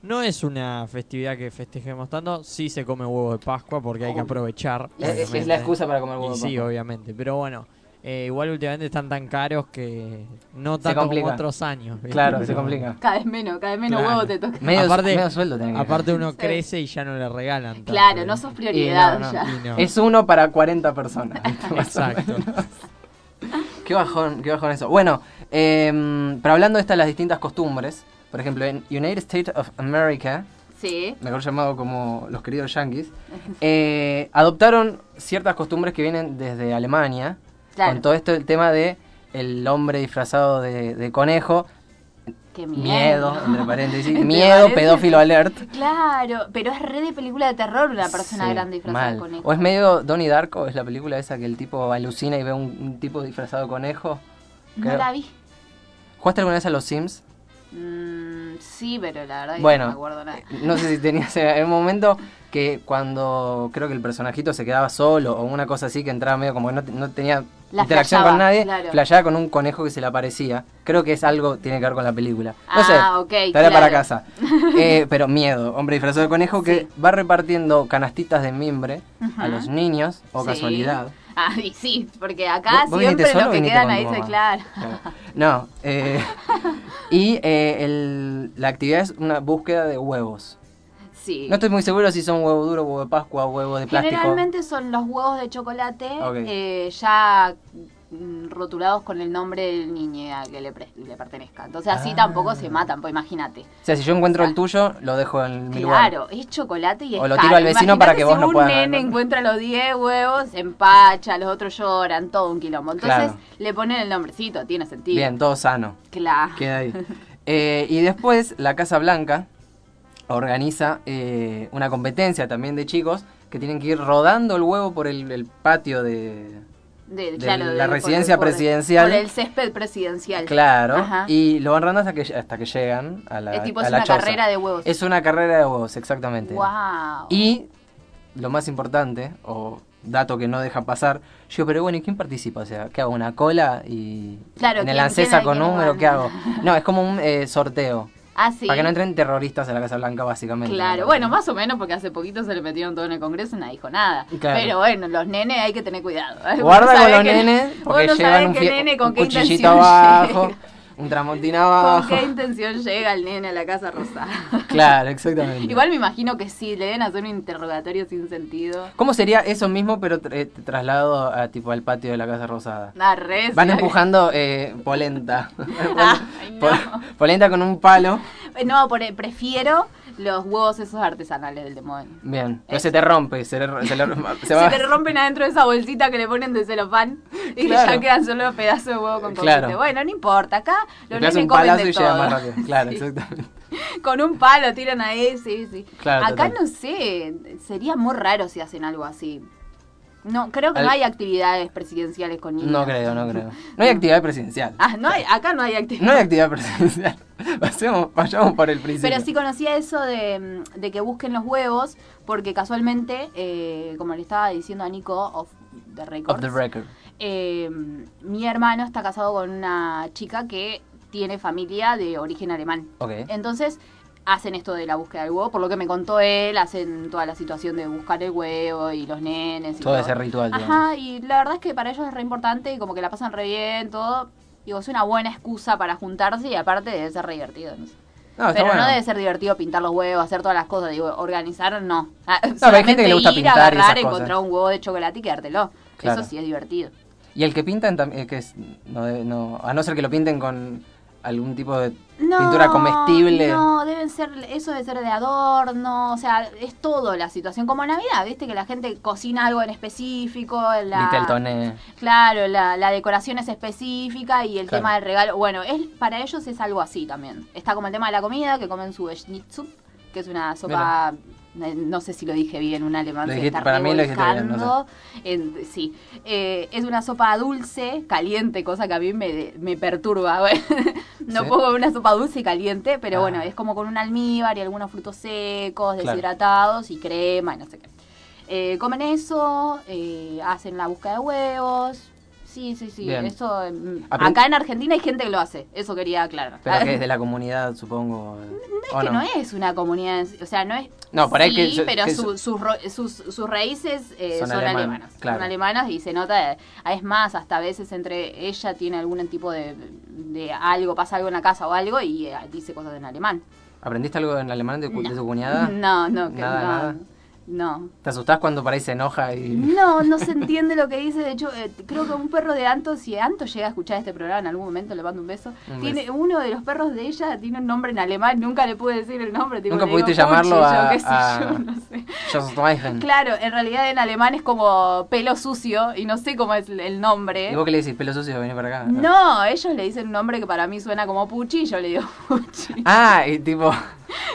[SPEAKER 3] No es una festividad que festejemos tanto, sí se come huevos de Pascua porque hay que aprovechar.
[SPEAKER 1] Es- es- es
[SPEAKER 3] obviamente.
[SPEAKER 1] la excusa para comer huevo
[SPEAKER 3] Y
[SPEAKER 1] de
[SPEAKER 3] sí,
[SPEAKER 1] Pascua.
[SPEAKER 3] obviamente, pero bueno, eh, igual últimamente están tan caros que no tanto como
[SPEAKER 1] complica.
[SPEAKER 3] otros años. ¿viste?
[SPEAKER 1] Claro, se
[SPEAKER 3] Pero-
[SPEAKER 1] complica.
[SPEAKER 2] Cada vez menos, cada vez menos
[SPEAKER 3] Claro.
[SPEAKER 2] huevo te toca.
[SPEAKER 1] Medio,
[SPEAKER 3] Aparte-
[SPEAKER 1] medio sueldo tenés que
[SPEAKER 3] Aparte uno
[SPEAKER 2] Sí.
[SPEAKER 3] crece y ya no le regalan. tanto.
[SPEAKER 2] Claro, no sos
[SPEAKER 1] Y
[SPEAKER 2] prioridad
[SPEAKER 1] no, no.
[SPEAKER 2] ya.
[SPEAKER 3] Y no.
[SPEAKER 1] Es uno para 40 personas.
[SPEAKER 3] Exacto.
[SPEAKER 1] Qué bajón, qué bajón eso. Bueno, em, pero hablando de estas las distintas costumbres, por ejemplo, en United States of America,
[SPEAKER 2] Sí.
[SPEAKER 1] mejor llamado como los queridos yankees, eh, adoptaron ciertas costumbres que vienen desde Alemania,
[SPEAKER 2] Claro.
[SPEAKER 1] con todo esto el tema de el hombre disfrazado de, de conejo,
[SPEAKER 2] Qué
[SPEAKER 1] miedo,
[SPEAKER 2] miedo.
[SPEAKER 1] entre paréntesis,
[SPEAKER 2] ¿Te
[SPEAKER 1] miedo,
[SPEAKER 2] parece?
[SPEAKER 1] pedófilo alert.
[SPEAKER 2] Claro, pero es re de película de terror una persona
[SPEAKER 1] Sí,
[SPEAKER 2] grande disfrazada
[SPEAKER 1] mal.
[SPEAKER 2] con esto.
[SPEAKER 1] O es medio Donnie Darko, es la película esa que el tipo alucina y ve un, un tipo disfrazado de conejo.
[SPEAKER 2] No
[SPEAKER 1] creo.
[SPEAKER 2] la vi.
[SPEAKER 1] ¿Jugaste alguna vez a los Sims?
[SPEAKER 2] Mm, sí, pero la verdad es que
[SPEAKER 1] Bueno, eh,
[SPEAKER 2] no me acuerdo nada.
[SPEAKER 1] No sé si tenías en un momento que cuando creo que el personajito se quedaba solo o una cosa así que entraba medio como que no, te- no tenía
[SPEAKER 2] La
[SPEAKER 1] interacción
[SPEAKER 2] flasheaba,
[SPEAKER 1] con nadie,
[SPEAKER 2] claro.
[SPEAKER 1] flasheaba con un conejo que se le aparecía. Creo que es algo tiene que ver con la película. No
[SPEAKER 2] Ah,
[SPEAKER 1] sé,
[SPEAKER 2] ok,
[SPEAKER 1] tarea para
[SPEAKER 2] claro.
[SPEAKER 1] casa. Eh, pero miedo, hombre disfrazado de conejo que va repartiendo canastitas de mimbre a
[SPEAKER 2] Ujú.
[SPEAKER 1] los niños, o
[SPEAKER 2] Sí.
[SPEAKER 1] casualidad.
[SPEAKER 2] Ah, y sí, porque acá
[SPEAKER 1] ¿Vos- vos viniste
[SPEAKER 2] siempre
[SPEAKER 1] solo
[SPEAKER 2] los
[SPEAKER 1] o
[SPEAKER 2] que
[SPEAKER 1] viniste
[SPEAKER 2] quedan
[SPEAKER 1] con
[SPEAKER 2] ahí
[SPEAKER 1] tu
[SPEAKER 2] se
[SPEAKER 1] mamá?
[SPEAKER 2] claro.
[SPEAKER 1] Claro. No, eh, y eh, el- la actividad es una búsqueda de huevos.
[SPEAKER 2] Sí.
[SPEAKER 1] No estoy muy seguro si son huevo duro, huevo de Pascua, huevo de plástico.
[SPEAKER 2] Generalmente son los huevos de chocolate
[SPEAKER 1] Ok.
[SPEAKER 2] eh, ya mm, rotulados con el nombre del niño a que le, pre- le pertenezca. Entonces así
[SPEAKER 1] Ah.
[SPEAKER 2] tampoco se matan, pues imagínate.
[SPEAKER 1] O sea, si yo encuentro el tuyo, lo dejo en mi lugar.
[SPEAKER 2] Ah. Claro, es chocolate y es
[SPEAKER 1] O lo tiro
[SPEAKER 2] caro.
[SPEAKER 1] al vecino para
[SPEAKER 2] Imaginate
[SPEAKER 1] que vos
[SPEAKER 2] si
[SPEAKER 1] no puedas
[SPEAKER 2] un nene
[SPEAKER 1] ganar.
[SPEAKER 2] encuentra los 10 huevos, empacha, los otros lloran, todo un quilombo. Entonces
[SPEAKER 1] Claro.
[SPEAKER 2] le ponen el nombrecito, tiene sentido.
[SPEAKER 1] Bien, todo sano.
[SPEAKER 2] Claro.
[SPEAKER 1] Queda ahí. Eh, y después, la Casa Blanca organiza eh, una competencia también de chicos que tienen que ir rodando el huevo por el, el patio de...
[SPEAKER 2] De,
[SPEAKER 1] De
[SPEAKER 2] claro,
[SPEAKER 1] la
[SPEAKER 2] de- por-
[SPEAKER 1] residencia
[SPEAKER 2] por-
[SPEAKER 1] presidencial.
[SPEAKER 2] Por el césped presidencial.
[SPEAKER 1] Claro.
[SPEAKER 2] Ajá.
[SPEAKER 1] Y lo van rodando hasta que, hasta que llegan a la
[SPEAKER 2] es tipo,
[SPEAKER 1] a
[SPEAKER 2] es
[SPEAKER 1] la
[SPEAKER 2] una
[SPEAKER 1] choza.
[SPEAKER 2] carrera de huevos.
[SPEAKER 1] Es una carrera de huevos, exactamente.
[SPEAKER 2] Wow.
[SPEAKER 1] Y lo más importante, o dato que no deja pasar, yo digo, pero bueno, ¿y quién participa? O sea, ¿qué hago? ¿Una cola? y
[SPEAKER 2] Claro,
[SPEAKER 1] ¿En el
[SPEAKER 2] ¿quién-
[SPEAKER 1] ANSESA
[SPEAKER 2] quién-
[SPEAKER 1] con
[SPEAKER 2] quién
[SPEAKER 1] número?
[SPEAKER 2] gana?
[SPEAKER 1] ¿Qué hago? No, es como un eh, sorteo.
[SPEAKER 2] Ah, sí.
[SPEAKER 1] Para que no entren terroristas a la Casa Blanca, básicamente.
[SPEAKER 2] Claro,
[SPEAKER 1] ¿no?
[SPEAKER 2] bueno, más o menos porque hace poquito se le metieron todo en el Congreso y nadie dijo nada.
[SPEAKER 1] Claro.
[SPEAKER 2] Pero bueno, los nenes hay que tener cuidado. Vos
[SPEAKER 1] Guarda
[SPEAKER 2] sabés
[SPEAKER 1] con los
[SPEAKER 2] que-
[SPEAKER 1] nenes,
[SPEAKER 2] vos
[SPEAKER 1] porque
[SPEAKER 2] no
[SPEAKER 1] llevan
[SPEAKER 2] sabés
[SPEAKER 1] un,
[SPEAKER 2] qué
[SPEAKER 1] fie-
[SPEAKER 2] nene,
[SPEAKER 1] un
[SPEAKER 2] con qué
[SPEAKER 1] cuchillito
[SPEAKER 2] intención
[SPEAKER 1] abajo,
[SPEAKER 2] llega.
[SPEAKER 1] un tramontín
[SPEAKER 2] ¿Con
[SPEAKER 1] abajo.
[SPEAKER 2] qué intención llega el nene a la Casa Rosada?
[SPEAKER 1] Claro, exactamente.
[SPEAKER 2] Igual me imagino que sí, le deben hacer un interrogatorio sin sentido.
[SPEAKER 1] ¿Cómo sería eso mismo, pero tra- eh, trasladado a, tipo, al patio de la Casa Rosada?
[SPEAKER 2] Una res.
[SPEAKER 1] Van empujando eh, polenta.
[SPEAKER 2] Ay, no.
[SPEAKER 1] Pol- Polenta con un palo.
[SPEAKER 2] Eh, No, por- prefiero los huevos esos artesanales del demonio.
[SPEAKER 1] Bien, pero
[SPEAKER 2] Eso.
[SPEAKER 1] se te rompe, se, le- se, le- se
[SPEAKER 2] Se,
[SPEAKER 1] va.
[SPEAKER 2] te rompen adentro de esa bolsita que le ponen de celofán y
[SPEAKER 1] Claro.
[SPEAKER 2] ya quedan solo pedazos de huevo con
[SPEAKER 1] Claro.
[SPEAKER 2] confite. Bueno, no importa, acá
[SPEAKER 1] Le
[SPEAKER 2] los
[SPEAKER 1] das
[SPEAKER 2] nenes
[SPEAKER 1] un
[SPEAKER 2] comen
[SPEAKER 1] palazo
[SPEAKER 2] de
[SPEAKER 1] y llega más
[SPEAKER 2] todo.
[SPEAKER 1] rápido. Claro,
[SPEAKER 2] Sí.
[SPEAKER 1] exactamente.
[SPEAKER 2] Con un palo tiran ahí, sí, sí.
[SPEAKER 1] Claro,
[SPEAKER 2] acá
[SPEAKER 1] total.
[SPEAKER 2] no sé, sería muy raro si hacen algo así. No, creo que
[SPEAKER 1] Al-
[SPEAKER 2] no hay actividades presidenciales con niños.
[SPEAKER 1] No creo, no creo. No hay actividad presidencial.
[SPEAKER 2] Ah, no hay, acá no hay actividades.
[SPEAKER 1] No hay actividad presidencial. Pasemos- vayamos por el principio.
[SPEAKER 2] Pero sí conocía eso de, mm, de que busquen los huevos, porque casualmente, eh, como le estaba diciendo a Nico, of the
[SPEAKER 1] Of
[SPEAKER 2] records,
[SPEAKER 1] the record.
[SPEAKER 2] eh, mi hermano está casado con una chica que tiene familia de origen alemán.
[SPEAKER 1] Ok.
[SPEAKER 2] Entonces hacen esto de la búsqueda del huevo, por lo que me contó él, hacen toda la situación de buscar el huevo y los nenes y
[SPEAKER 1] Todo ese ritual. digamos.
[SPEAKER 2] Ajá, y la verdad es que para ellos es re importante y como que la pasan re bien, todo. Digo, es una buena excusa para juntarse y aparte debe ser re divertido. no sé.
[SPEAKER 1] No, Ah, está
[SPEAKER 2] Pero
[SPEAKER 1] bueno.
[SPEAKER 2] no debe ser divertido pintar los huevos, hacer todas las cosas. Digo, organizar, no. Ah,
[SPEAKER 1] pero hay gente que
[SPEAKER 2] solamente
[SPEAKER 1] le gusta
[SPEAKER 2] ir,
[SPEAKER 1] pintar y esas
[SPEAKER 2] agarrar,
[SPEAKER 1] cosas.
[SPEAKER 2] encontrar un huevo de chocolate y quedártelo.
[SPEAKER 1] Claro.
[SPEAKER 2] Eso sí es divertido.
[SPEAKER 1] Y el que pintan también, que es, no, debe- no- a no ser que lo pinten con algún tipo de
[SPEAKER 2] No,
[SPEAKER 1] pintura comestible.
[SPEAKER 2] No, deben ser, eso debe ser de adorno, o sea, es todo la situación. Como Navidad, viste que la gente cocina algo en específico,
[SPEAKER 1] Little
[SPEAKER 2] la,
[SPEAKER 1] Tone.
[SPEAKER 2] claro, la, la decoración es específica y el
[SPEAKER 1] Claro.
[SPEAKER 2] tema del regalo, bueno, es para ellos es algo así también. Está como el tema de la comida, que comen su schnitzup, que es una sopa, eh, no sé si lo dije bien, un alemán
[SPEAKER 1] Lo
[SPEAKER 2] se
[SPEAKER 1] dijiste-
[SPEAKER 2] está
[SPEAKER 1] para mí lo dijiste bien, no sé.
[SPEAKER 2] revolcando. En- sí, Eh, es una sopa dulce, caliente, cosa que a mí me, me perturba. no
[SPEAKER 1] Sí.
[SPEAKER 2] puedo comer una sopa dulce y caliente, pero
[SPEAKER 1] Ah.
[SPEAKER 2] bueno, es como con un almíbar y algunos frutos secos,
[SPEAKER 1] Claro.
[SPEAKER 2] deshidratados y crema y no sé qué. Eh, comen eso, eh, hacen la búsqueda de huevos, Sí, sí, sí.
[SPEAKER 1] Bien.
[SPEAKER 2] Eso, em,
[SPEAKER 1] Aprend-
[SPEAKER 2] acá en Argentina hay gente que lo hace. Eso quería aclarar.
[SPEAKER 1] Pero que es de la comunidad, supongo.
[SPEAKER 2] Es
[SPEAKER 1] ¿o
[SPEAKER 2] que Ah. no es una comunidad, en sí, o sea, no es...
[SPEAKER 1] No, por ahí que-
[SPEAKER 2] Sí, pero
[SPEAKER 1] que-
[SPEAKER 2] su- sus, ro- sus, sus raíces eh,
[SPEAKER 1] Son
[SPEAKER 2] son,
[SPEAKER 1] alemanas,
[SPEAKER 2] alemanas.
[SPEAKER 1] claro.
[SPEAKER 2] Son alemanas y se nota, eh, es más, hasta a veces entre ella tiene algún tipo de, de algo, pasa algo en la casa o algo y eh, dice cosas en alemán.
[SPEAKER 1] ¿Aprendiste algo en alemán de, cu- de tu cuñada?
[SPEAKER 2] No, no, que
[SPEAKER 1] Nada,
[SPEAKER 2] no.
[SPEAKER 1] nada.
[SPEAKER 2] No.
[SPEAKER 1] ¿Te asustás cuando por ahí se enoja y.?
[SPEAKER 2] No, no se entiende lo que dice. De hecho, eh, creo que un perro de Anto, si Anto llega a escuchar este programa en algún momento, le mando un beso.
[SPEAKER 1] Un
[SPEAKER 2] tiene
[SPEAKER 1] beso.
[SPEAKER 2] Uno de los perros de ella tiene un nombre en alemán, nunca le pude decir el nombre. tipo,
[SPEAKER 1] Nunca
[SPEAKER 2] le digo
[SPEAKER 1] pudiste llamarlo
[SPEAKER 2] Puchi, yo
[SPEAKER 1] a-
[SPEAKER 2] qué sé
[SPEAKER 1] a-
[SPEAKER 2] yo, no sé.
[SPEAKER 1] Schwarzweigen.
[SPEAKER 2] Claro, en realidad en alemán es como pelo sucio y no sé cómo es el nombre.
[SPEAKER 1] ¿Y vos qué le decís? Pelo sucio, vení para acá.
[SPEAKER 2] No, ellos le dicen un nombre que para mí suena como Puchi, yo le digo Puchi.
[SPEAKER 1] Ah, y tipo.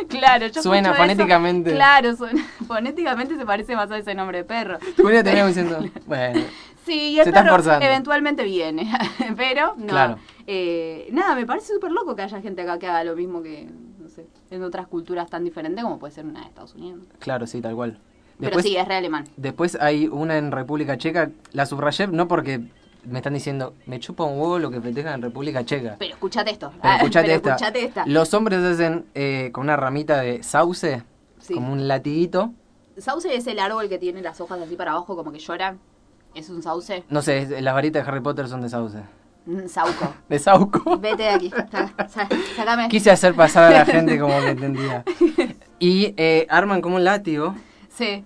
[SPEAKER 2] Claro, yo
[SPEAKER 1] Suena
[SPEAKER 2] escucho eso.
[SPEAKER 1] fonéticamente.
[SPEAKER 2] Claro, suena- fonéticamente se parece más a ese nombre de perro.
[SPEAKER 1] Tu cuñada termina diciendo. Bueno.
[SPEAKER 2] Sí, y el
[SPEAKER 1] Se están
[SPEAKER 2] perro
[SPEAKER 1] forzando.
[SPEAKER 2] eventualmente viene, pero no.
[SPEAKER 1] Claro.
[SPEAKER 2] Eh, nada, me parece súper loco que haya gente acá que haga lo mismo que, no sé, en otras culturas tan diferentes como puede ser una de Estados Unidos.
[SPEAKER 1] Claro, sí, tal cual.
[SPEAKER 2] pero sí, eh. es re alemán.
[SPEAKER 1] Después hay una en República Checa. La subrayé no porque me están diciendo, me chupa un huevo lo que festejan en República Checa.
[SPEAKER 2] Pero escuchate esto.
[SPEAKER 1] Pero
[SPEAKER 2] Ah,
[SPEAKER 1] escuchate
[SPEAKER 2] pero
[SPEAKER 1] esta.
[SPEAKER 2] escuchate esta.
[SPEAKER 1] Los hombres hacen eh, con una ramita de sauce,
[SPEAKER 2] Sí.
[SPEAKER 1] como un latiguito.
[SPEAKER 2] Sauce es el árbol que tiene las hojas así para abajo como que llora. Es un sauce.
[SPEAKER 1] No sé, es- las varitas de Harry Potter son de sauce.
[SPEAKER 2] Mm, Sauco.
[SPEAKER 1] De sauco.
[SPEAKER 2] Vete de aquí. Sa- sa- Sácame.
[SPEAKER 1] Quise hacer pasar a la gente como que entendía. Y eh, arman como un látigo
[SPEAKER 2] Sí.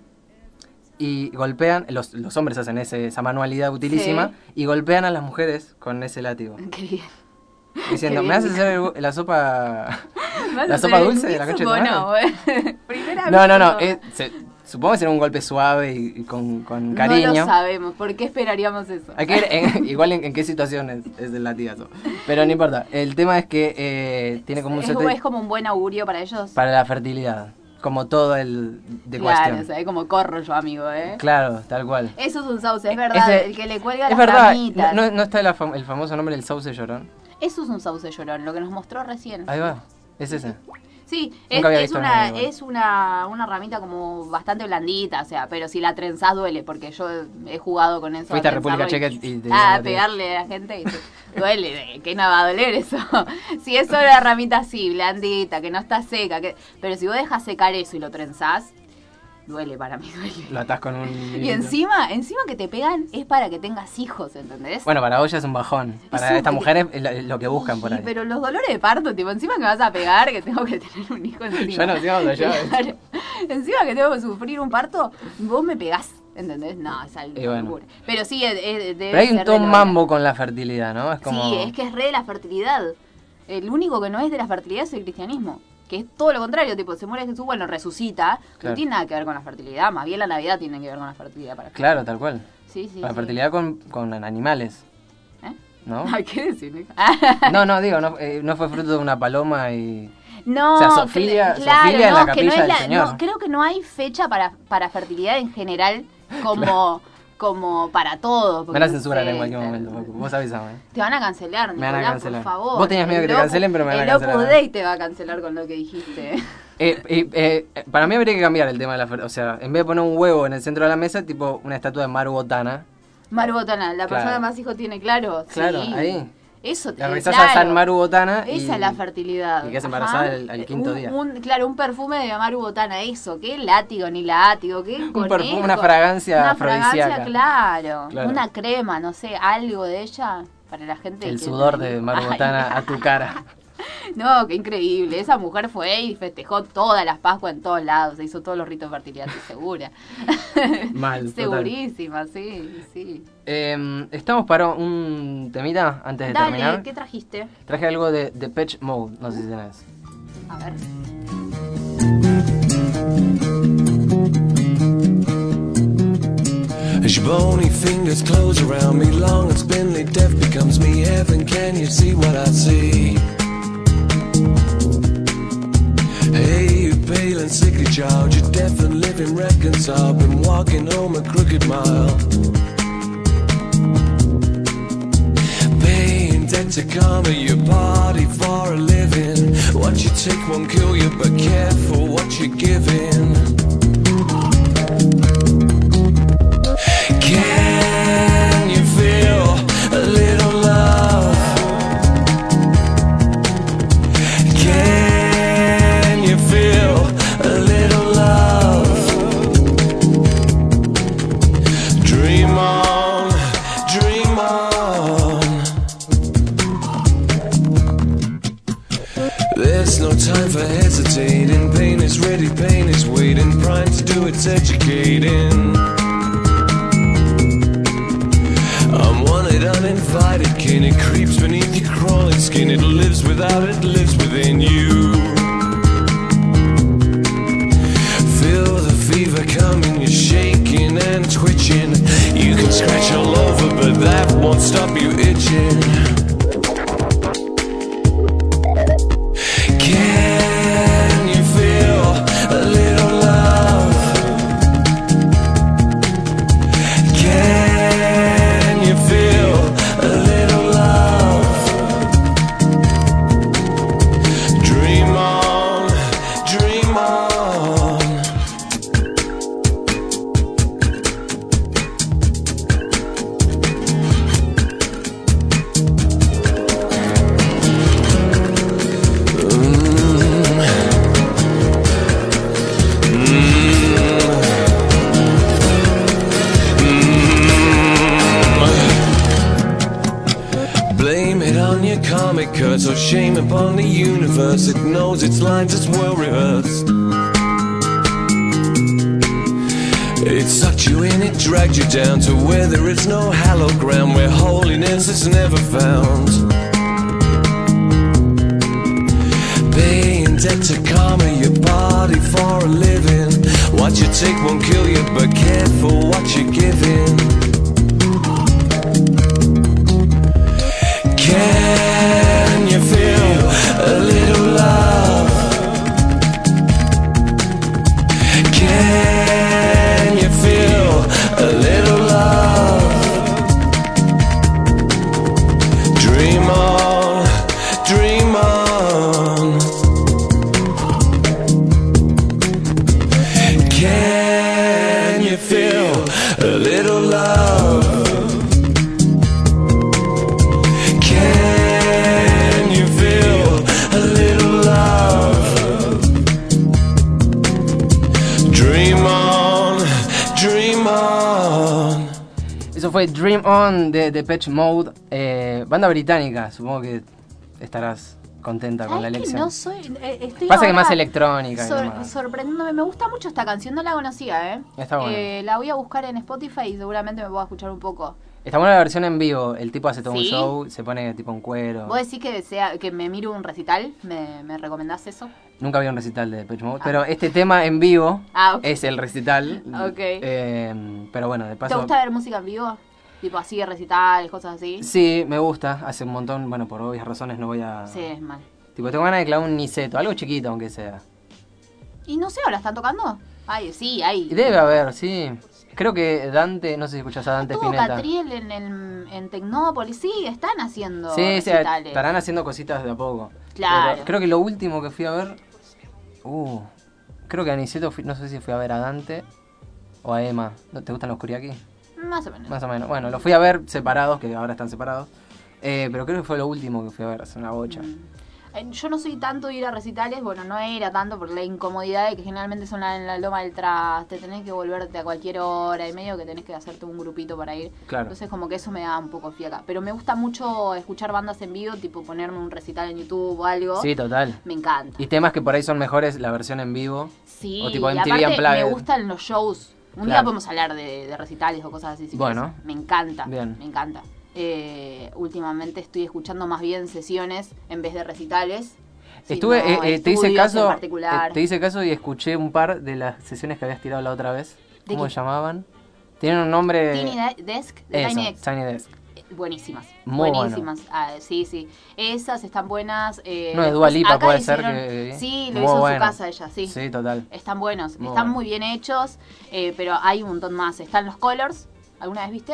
[SPEAKER 1] y golpean, los, los hombres hacen ese- esa manualidad utilísima,
[SPEAKER 2] Sí.
[SPEAKER 1] y golpean a las mujeres con ese látigo.
[SPEAKER 2] Qué bien.
[SPEAKER 1] Diciendo,
[SPEAKER 2] Qué
[SPEAKER 1] ¿me haces
[SPEAKER 2] bien.
[SPEAKER 1] hacer el- la sopa
[SPEAKER 2] ¿Vas a
[SPEAKER 1] ¿La
[SPEAKER 2] hacer
[SPEAKER 1] sopa
[SPEAKER 2] el
[SPEAKER 1] dulce de la
[SPEAKER 2] mix
[SPEAKER 1] concha de tu
[SPEAKER 2] o no? Primera
[SPEAKER 1] No,
[SPEAKER 2] vez
[SPEAKER 1] no,
[SPEAKER 2] que
[SPEAKER 1] no.
[SPEAKER 2] lo-
[SPEAKER 1] eh, se- supongo que será un golpe suave y, y con, con
[SPEAKER 2] No
[SPEAKER 1] cariño.
[SPEAKER 2] lo sabemos. ¿Por qué esperaríamos eso?
[SPEAKER 1] Hay que ver en- igual en, en qué situaciones es el latigazo. Pero no importa. El tema es que eh, tiene como un
[SPEAKER 2] es,
[SPEAKER 1] sete-
[SPEAKER 2] es como un buen augurio para ellos.
[SPEAKER 1] para la fertilidad. Como todo el de
[SPEAKER 2] claro,
[SPEAKER 1] cuestión.
[SPEAKER 2] o sea, es como corro yo, amigo, ¿eh?
[SPEAKER 1] Claro, tal cual.
[SPEAKER 2] Eso es un sauce, es verdad.
[SPEAKER 1] Ese-
[SPEAKER 2] el que le cuelga
[SPEAKER 1] es
[SPEAKER 2] las
[SPEAKER 1] verdad.
[SPEAKER 2] ramitas.
[SPEAKER 1] No, no está la fam- el famoso nombre del sauce llorón.
[SPEAKER 2] Eso es un sauce llorón, lo que nos mostró recién.
[SPEAKER 1] Ahí va. Es ese.
[SPEAKER 2] Sí, es,
[SPEAKER 1] había
[SPEAKER 2] es
[SPEAKER 1] visto nada
[SPEAKER 2] una,
[SPEAKER 1] igual.
[SPEAKER 2] es una, una ramita como bastante blandita, o sea, pero si la trenzás duele, porque yo he jugado con eso.
[SPEAKER 1] Fuiste a
[SPEAKER 2] trenzarlo
[SPEAKER 1] República
[SPEAKER 2] y-
[SPEAKER 1] Checa y te-
[SPEAKER 2] Ah,
[SPEAKER 1] te-
[SPEAKER 2] pegarle a la gente y te- duele, eh, que no va a doler eso. si es solo una ramita así, blandita, que no está seca, que pero si vos dejas secar eso y lo trenzás, duele para mí, duele.
[SPEAKER 1] Lo atás con un.
[SPEAKER 2] Y encima, encima que te pegan es para que tengas hijos, ¿entendés?
[SPEAKER 1] Bueno, para vos ya es un bajón. Para
[SPEAKER 2] un-
[SPEAKER 1] estas mujeres es lo, lo que buscan por
[SPEAKER 2] Y-
[SPEAKER 1] ahí.
[SPEAKER 2] Pero los dolores de parto, tipo, encima que vas a pegar, que tengo que tener un hijo encima.
[SPEAKER 1] Ya nos íbamos allá.
[SPEAKER 2] Claro. Encima que tengo que sufrir un parto, vos me pegás, ¿entendés? No, es algo
[SPEAKER 1] Y bueno.
[SPEAKER 2] locura. Pero sí, es, es- debe
[SPEAKER 1] Pero hay un
[SPEAKER 2] ser
[SPEAKER 1] ton
[SPEAKER 2] relevante.
[SPEAKER 1] mambo con la fertilidad, ¿no? Es como.
[SPEAKER 2] Sí, es que es re de la fertilidad. El único que no es de la fertilidad es el cristianismo. Que es todo lo contrario, tipo, se muere Jesús, bueno, resucita.
[SPEAKER 1] Claro.
[SPEAKER 2] No tiene nada que ver con la fertilidad, más bien la Navidad tiene que ver con la fertilidad para
[SPEAKER 1] Claro, tal cual.
[SPEAKER 2] Sí, sí.
[SPEAKER 1] la
[SPEAKER 2] sí.
[SPEAKER 1] fertilidad con, con animales,
[SPEAKER 2] ¿Eh?
[SPEAKER 1] ¿no?
[SPEAKER 2] Ay, ¿Qué decir? Nico?
[SPEAKER 1] No, no, digo, no, eh, no fue fruto de una paloma y...
[SPEAKER 2] No,
[SPEAKER 1] O sea, Sofía-
[SPEAKER 2] cl- claro,
[SPEAKER 1] Sofía en la
[SPEAKER 2] no, que no
[SPEAKER 1] capilla
[SPEAKER 2] es
[SPEAKER 1] del Señor.
[SPEAKER 2] no, creo que no hay fecha para, para fertilidad en general como, como para todo.
[SPEAKER 1] Me
[SPEAKER 2] porque
[SPEAKER 1] la
[SPEAKER 2] no
[SPEAKER 1] censuran
[SPEAKER 2] sé,
[SPEAKER 1] en cualquier
[SPEAKER 2] está-
[SPEAKER 1] momento, Facu, vos avisame.
[SPEAKER 2] Te van a cancelar,
[SPEAKER 1] Me van a
[SPEAKER 2] Nicolás,
[SPEAKER 1] cancelar.
[SPEAKER 2] por favor.
[SPEAKER 1] Vos tenías miedo que te
[SPEAKER 2] Opu-
[SPEAKER 1] cancelen, pero me van a
[SPEAKER 2] El
[SPEAKER 1] cancelar.
[SPEAKER 2] Opus Dei te va a cancelar con lo que dijiste.
[SPEAKER 1] Eh, eh, eh, eh, para mí habría que cambiar el tema de la fertilidad. O sea, en vez de poner un huevo en el centro de la mesa, tipo una estatua de Maru Botana.
[SPEAKER 2] Maru Botana, la persona
[SPEAKER 1] Claro.
[SPEAKER 2] más hijo tiene claro. sí.
[SPEAKER 1] Claro, ahí.
[SPEAKER 2] Eso te
[SPEAKER 1] La rezás a
[SPEAKER 2] claro.
[SPEAKER 1] San Maru Botana y-
[SPEAKER 2] Esa es la fertilidad.
[SPEAKER 1] y quedás
[SPEAKER 2] Ajá.
[SPEAKER 1] embarazada al- al quinto
[SPEAKER 2] Un-
[SPEAKER 1] día.
[SPEAKER 2] un- claro, un perfume de Amaru Botana, eso. Qué látigo, ni látigo, qué conejo.
[SPEAKER 1] perfume, una fragancia
[SPEAKER 2] Una fragancia,
[SPEAKER 1] afrodisíaca.
[SPEAKER 2] claro.
[SPEAKER 1] Claro.
[SPEAKER 2] Una crema, no sé, algo de ella para la gente.
[SPEAKER 1] El
[SPEAKER 2] que-
[SPEAKER 1] sudor de Maru
[SPEAKER 2] Ay,
[SPEAKER 1] Botana a tu cara.
[SPEAKER 2] No, qué increíble. Esa mujer fue y festejó todas las Pascuas en todos lados. Se hizo todos los ritos de fertilidad, estoy segura.
[SPEAKER 1] Mal, total.
[SPEAKER 2] Segurísima, sí, sí.
[SPEAKER 1] Eh, Estamos para un temita antes de
[SPEAKER 2] Dale,
[SPEAKER 1] terminar.
[SPEAKER 2] ¿qué trajiste?
[SPEAKER 1] Traje algo de The Patch Mode, no sé si tenés.
[SPEAKER 2] A ver.
[SPEAKER 4] As your bony fingers close around me, long and spindly death becomes me heaven. Can you see what I see? Hey, you pale and sickly child, you're deaf and living reconciled. Been walking home a crooked mile. Paying debt to karma, you party for a living. What you take won't kill you, but careful what you're giving. Can you feel is ready, pain is waiting, prime to do its educating. I'm wanted, uninvited, kin. It creeps beneath your crawling skin. It lives without, it lives within you. Feel the fever coming, you're shaking and twitching. You can scratch all over, but that won't stop you itching. Can you feel a little love? Can you feel a little love? Dream on, dream on. Blame it on your comic curse or shame upon the universe. It knows its lines, it's well rehearsed. It sucked you in, it dragged you down to where there is no hallowed ground, where holiness is never found. Paying debt to karma, your body for a living. What you take won't kill you, but careful what you're giving. Can you feel a little love? Can you feel a little love? Dream on, dream on. Can you feel a little love? Can you feel a little love? Dream on, dream on.
[SPEAKER 1] Eso fue Dream On de Depeche Mode, eh, banda británica. Supongo que estarás contenta con la
[SPEAKER 2] Ay, que
[SPEAKER 1] elección.
[SPEAKER 2] no soy. eh, estoy
[SPEAKER 1] Pasa que
[SPEAKER 2] ahora
[SPEAKER 1] más electrónica. y
[SPEAKER 2] sor-
[SPEAKER 1] demás.
[SPEAKER 2] sorprendiéndome, me gusta mucho esta canción, no la conocía, ¿eh?
[SPEAKER 1] Está buena.
[SPEAKER 2] Eh, la voy a buscar en Spotify y seguramente me puedo escuchar un poco.
[SPEAKER 1] Está buena la versión en vivo. El tipo hace todo un
[SPEAKER 2] ¿Sí?
[SPEAKER 1] show, se pone tipo en cuero.
[SPEAKER 2] ¿Vos decís que sea que me miro un recital? ¿Me, me recomendás eso?
[SPEAKER 1] Nunca había un recital de Depeche Mode. Pero este tema en vivo
[SPEAKER 2] Ah, ok.
[SPEAKER 1] es el recital.
[SPEAKER 2] Ok.
[SPEAKER 1] Eh, pero bueno, de
[SPEAKER 2] ¿Te
[SPEAKER 1] paso.
[SPEAKER 2] gusta ver música en vivo? Tipo así, recitales, cosas así.
[SPEAKER 1] Sí, me gusta. Hace un montón. Bueno, por obvias razones no voy a.
[SPEAKER 2] Sí, es mal.
[SPEAKER 1] Tipo, tengo ganas de clavar un niceto, algo chiquito aunque sea.
[SPEAKER 2] Y no sé, ¿ahora están tocando? Ay, sí, ay.
[SPEAKER 1] Y Debe haber, sí. Creo que Dante, no sé si escuchas a Dante
[SPEAKER 2] Estuvo
[SPEAKER 1] Spinetta.
[SPEAKER 2] Catriel en, el- en Tecnópolis, sí, están haciendo
[SPEAKER 1] Sí, sí,
[SPEAKER 2] recitales.
[SPEAKER 1] estarán haciendo cositas de a poco.
[SPEAKER 2] Claro.
[SPEAKER 1] Pero creo que lo último que fui a ver. Uh, creo que a Niceto, fui- no sé si fui a ver a Dante o a Emma. ¿No ¿Te gustan los Kuriaki?
[SPEAKER 2] Más o menos.
[SPEAKER 1] Más o menos. Bueno, los fui a ver separados, que ahora están separados. Eh, pero creo que fue lo último que fui a ver, hace una bocha.
[SPEAKER 2] Eh, Yo no soy tanto de ir a recitales, bueno, no era tanto por la incomodidad de que generalmente son la- en la loma del traste, tenés que volverte a cualquier hora y medio que tenés que hacerte un grupito para ir.
[SPEAKER 1] Claro.
[SPEAKER 2] Entonces como que eso me da un poco fiaca. Pero me gusta mucho escuchar bandas en vivo, tipo ponerme un recital en YouTube o algo.
[SPEAKER 1] Sí, total.
[SPEAKER 2] Me encanta.
[SPEAKER 1] Y temas que por ahí son mejores, la versión en vivo.
[SPEAKER 2] Sí,
[SPEAKER 1] o tipo
[SPEAKER 2] y
[SPEAKER 1] MTV
[SPEAKER 2] aparte me
[SPEAKER 1] Unplugged.
[SPEAKER 2] gustan los shows. Un día
[SPEAKER 1] Claro.
[SPEAKER 2] podemos hablar de, de recitales o cosas así. si
[SPEAKER 1] Bueno.
[SPEAKER 2] querés. Me encanta.
[SPEAKER 1] Bien.
[SPEAKER 2] Me encanta. Eh, últimamente estoy escuchando más bien sesiones en vez de recitales.
[SPEAKER 1] Estuve,
[SPEAKER 2] sino
[SPEAKER 1] eh, eh, te hice
[SPEAKER 2] estudios En
[SPEAKER 1] caso,
[SPEAKER 2] particular.
[SPEAKER 1] eh, te hice caso y escuché un par de las sesiones que habías tirado la otra vez.
[SPEAKER 2] ¿De
[SPEAKER 1] ¿Cómo
[SPEAKER 2] qué?
[SPEAKER 1] se llamaban? Tienen un nombre.
[SPEAKER 2] Tiny De- Desk, de
[SPEAKER 1] Eso,
[SPEAKER 2] Tiny Desk.
[SPEAKER 1] Tiny Desk.
[SPEAKER 2] Eh, Buenísimas.
[SPEAKER 1] Muy bueno.
[SPEAKER 2] buenísimas. Ah, sí, sí. Esas están buenas. eh,
[SPEAKER 1] No, de
[SPEAKER 2] después
[SPEAKER 1] Dua Lipa
[SPEAKER 2] acá
[SPEAKER 1] puede ser
[SPEAKER 2] hicieron-
[SPEAKER 1] que-
[SPEAKER 2] Sí, lo
[SPEAKER 1] Muy
[SPEAKER 2] hizo en
[SPEAKER 1] bueno.
[SPEAKER 2] su casa ella, sí. Eh,
[SPEAKER 1] Sí, total.
[SPEAKER 2] Están buenos.
[SPEAKER 1] Muy
[SPEAKER 2] están
[SPEAKER 1] bueno.
[SPEAKER 2] muy bien hechos, eh, pero hay un montón más. Están los Colors. ¿Alguna vez viste?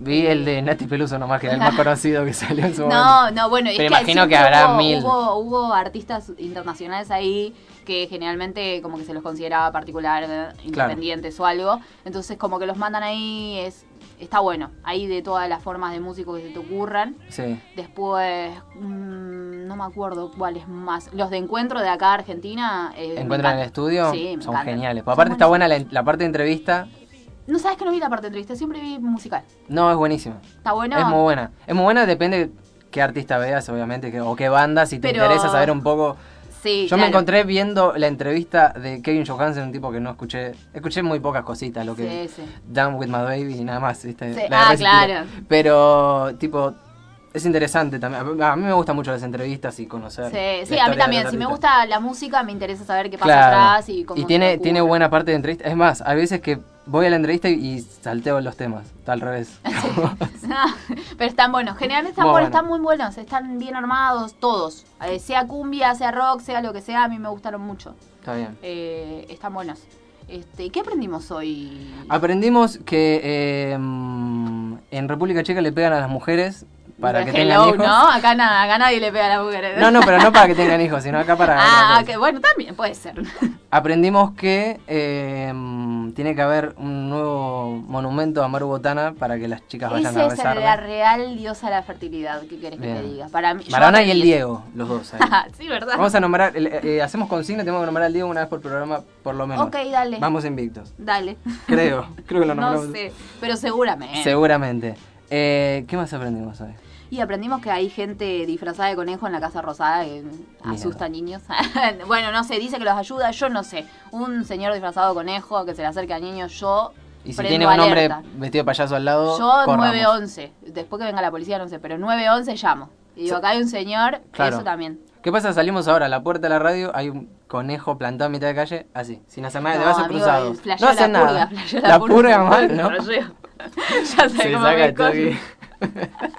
[SPEAKER 1] Vi el de Nati Peluso nomás, que era el más conocido que salió en su
[SPEAKER 2] eh, No,
[SPEAKER 1] momento.
[SPEAKER 2] no, bueno,
[SPEAKER 1] Pero
[SPEAKER 2] es que al
[SPEAKER 1] imagino que
[SPEAKER 2] siempre
[SPEAKER 1] habrá
[SPEAKER 2] hubo,
[SPEAKER 1] mil.
[SPEAKER 2] Hubo, hubo artistas internacionales ahí que generalmente como que se los consideraba particular, eh, independientes o algo. Entonces como que los mandan ahí, es está bueno. Ahí de todas las formas de músicos que se te ocurran.
[SPEAKER 1] Sí.
[SPEAKER 2] Después, mm, no me acuerdo cuáles más. Los de encuentro de acá Argentina. eh, me
[SPEAKER 1] Encuentran en el
[SPEAKER 2] encantan.
[SPEAKER 1] estudio,
[SPEAKER 2] Sí, me
[SPEAKER 1] son
[SPEAKER 2] encantan.
[SPEAKER 1] geniales. Pues
[SPEAKER 2] Son
[SPEAKER 1] aparte está
[SPEAKER 2] buenos.
[SPEAKER 1] buena la, la parte de entrevista.
[SPEAKER 2] No sabes que no vi la parte de entrevista, siempre vi musical.
[SPEAKER 1] No, es buenísima.
[SPEAKER 2] Está bueno.
[SPEAKER 1] Es muy buena. Es muy buena, depende qué artista veas, obviamente, que- o qué banda. Si te
[SPEAKER 2] Pero-
[SPEAKER 1] interesa saber un poco
[SPEAKER 2] Sí,
[SPEAKER 1] Yo me
[SPEAKER 2] claro.
[SPEAKER 1] encontré viendo la entrevista de Kevin Johansen, un tipo que no escuché. Escuché muy pocas cositas, lo que.
[SPEAKER 2] Sí, sí.
[SPEAKER 1] Down with my baby y nada más. ¿viste?
[SPEAKER 2] Sí,
[SPEAKER 1] La
[SPEAKER 2] ah,
[SPEAKER 1] agarré sin
[SPEAKER 2] claro.
[SPEAKER 1] querer. Pero, tipo, es interesante también. A a mí me gustan mucho las entrevistas y conocer. la
[SPEAKER 2] Sí, sí, a
[SPEAKER 1] historia
[SPEAKER 2] mí
[SPEAKER 1] de
[SPEAKER 2] también.
[SPEAKER 1] los
[SPEAKER 2] Si me
[SPEAKER 1] artistas.
[SPEAKER 2] gusta la música, me interesa saber qué pasa atrás y cómo. se
[SPEAKER 1] tiene,
[SPEAKER 2] ocurre.
[SPEAKER 1] tiene buena parte de entrevista. Es más, hay veces que voy a la entrevista y, y salteo los temas. está Al revés.
[SPEAKER 2] Pero están buenos. Generalmente están
[SPEAKER 1] Muy
[SPEAKER 2] buenos,
[SPEAKER 1] bueno.
[SPEAKER 2] están muy buenos. Están bien armados todos. Eh, sea cumbia, sea rock, sea lo que sea, a mí me gustaron mucho.
[SPEAKER 1] Está bien.
[SPEAKER 2] Eh, están buenos. Este, ¿Qué aprendimos hoy?
[SPEAKER 1] Ah, Aprendimos que eh, mm, en República Checa le pegan a las mujeres para que
[SPEAKER 2] Hello,
[SPEAKER 1] tengan hijos.
[SPEAKER 2] ¿no? Acá, nada, acá nadie le pega a las mujeres.
[SPEAKER 1] No, no, pero no para que tengan hijos, sino acá para.
[SPEAKER 2] Ah,
[SPEAKER 1] otra cosa.
[SPEAKER 2] ok, bueno, también puede ser.
[SPEAKER 1] Aprendimos que eh, mm, tiene que haber un nuevo monumento a Maru Botana para que las chicas vayan
[SPEAKER 2] Esa
[SPEAKER 1] a
[SPEAKER 2] es la
[SPEAKER 1] rezarla.
[SPEAKER 2] real diosa de la fertilidad. ¿Qué querés que te
[SPEAKER 1] Bien.
[SPEAKER 2] diga? Para mí, yo
[SPEAKER 1] Marona y el
[SPEAKER 2] aprendí
[SPEAKER 1] Diego, los dos. ahí.
[SPEAKER 2] eso. sí, ¿verdad?
[SPEAKER 1] Vamos a nombrar, el- eh, hacemos consigna, tenemos que nombrar al Diego una vez por programa, por lo menos.
[SPEAKER 2] Ok, dale.
[SPEAKER 1] Vamos invictos.
[SPEAKER 2] Dale.
[SPEAKER 1] Creo, creo que lo
[SPEAKER 2] No
[SPEAKER 1] nombramos.
[SPEAKER 2] sé, pero seguramente.
[SPEAKER 1] Seguramente. Eh, ¿Qué más aprendimos hoy?
[SPEAKER 2] y aprendimos que hay gente disfrazada de conejo en la Casa Rosada que asusta a niños. bueno, no sé, dice que los ayuda, yo no sé. Un señor disfrazado de conejo que se le acerca a niños, yo.
[SPEAKER 1] Y si
[SPEAKER 2] prendo
[SPEAKER 1] tiene un hombre
[SPEAKER 2] alerta.
[SPEAKER 1] vestido de payaso al lado,
[SPEAKER 2] Yo
[SPEAKER 1] corramos.
[SPEAKER 2] 911. Después que venga la policía, no sé, pero 911 llamo. Y digo,
[SPEAKER 1] Sí.
[SPEAKER 2] acá hay un señor,
[SPEAKER 1] Claro.
[SPEAKER 2] eso también.
[SPEAKER 1] ¿Qué pasa? Salimos ahora a la puerta de la radio, hay un conejo plantado a mitad de calle, así, sin hacer nada, de
[SPEAKER 2] No,
[SPEAKER 1] brazos
[SPEAKER 2] amigo,
[SPEAKER 1] cruzados.
[SPEAKER 2] eh, flasheó
[SPEAKER 1] No hacen
[SPEAKER 2] la purga,
[SPEAKER 1] nada.
[SPEAKER 2] flasheó
[SPEAKER 1] La purga mal, ¿no?
[SPEAKER 2] flasheo. ya sé
[SPEAKER 1] Se
[SPEAKER 2] cómo
[SPEAKER 1] saca
[SPEAKER 2] me
[SPEAKER 1] todo
[SPEAKER 2] coso.
[SPEAKER 1] aquí.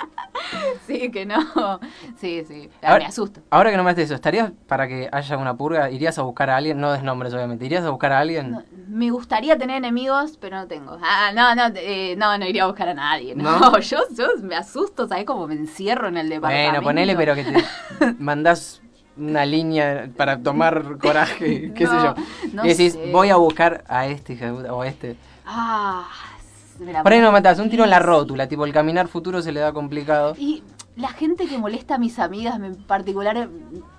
[SPEAKER 2] Sí, que no. Sí, sí. Ah,
[SPEAKER 1] Ahora-
[SPEAKER 2] me asusto.
[SPEAKER 1] Ahora que nombraste eso, ¿estarías para que haya una purga? ¿Irías a buscar a alguien? No desnombres, obviamente. ¿Irías a buscar a alguien?
[SPEAKER 2] No, me gustaría tener enemigos, pero no tengo. Ah, no, no, eh, no, no iría a buscar a nadie. No,
[SPEAKER 1] ¿No?
[SPEAKER 2] Yo, yo me asusto, ¿sabes cómo me encierro en el departamento?
[SPEAKER 1] bueno, ponele, pero que te mandás una línea para tomar coraje, qué sé
[SPEAKER 2] No,
[SPEAKER 1] yo.
[SPEAKER 2] no
[SPEAKER 1] y decís,
[SPEAKER 2] sé.
[SPEAKER 1] voy a buscar a este hijo de puta, o a este.
[SPEAKER 2] Ah, me la
[SPEAKER 1] Por ahí
[SPEAKER 2] pongo
[SPEAKER 1] no matás, un tiro en la
[SPEAKER 2] difícil.
[SPEAKER 1] rótula, tipo el caminar futuro se le da complicado.
[SPEAKER 2] Y la gente que molesta a mis amigas, en particular.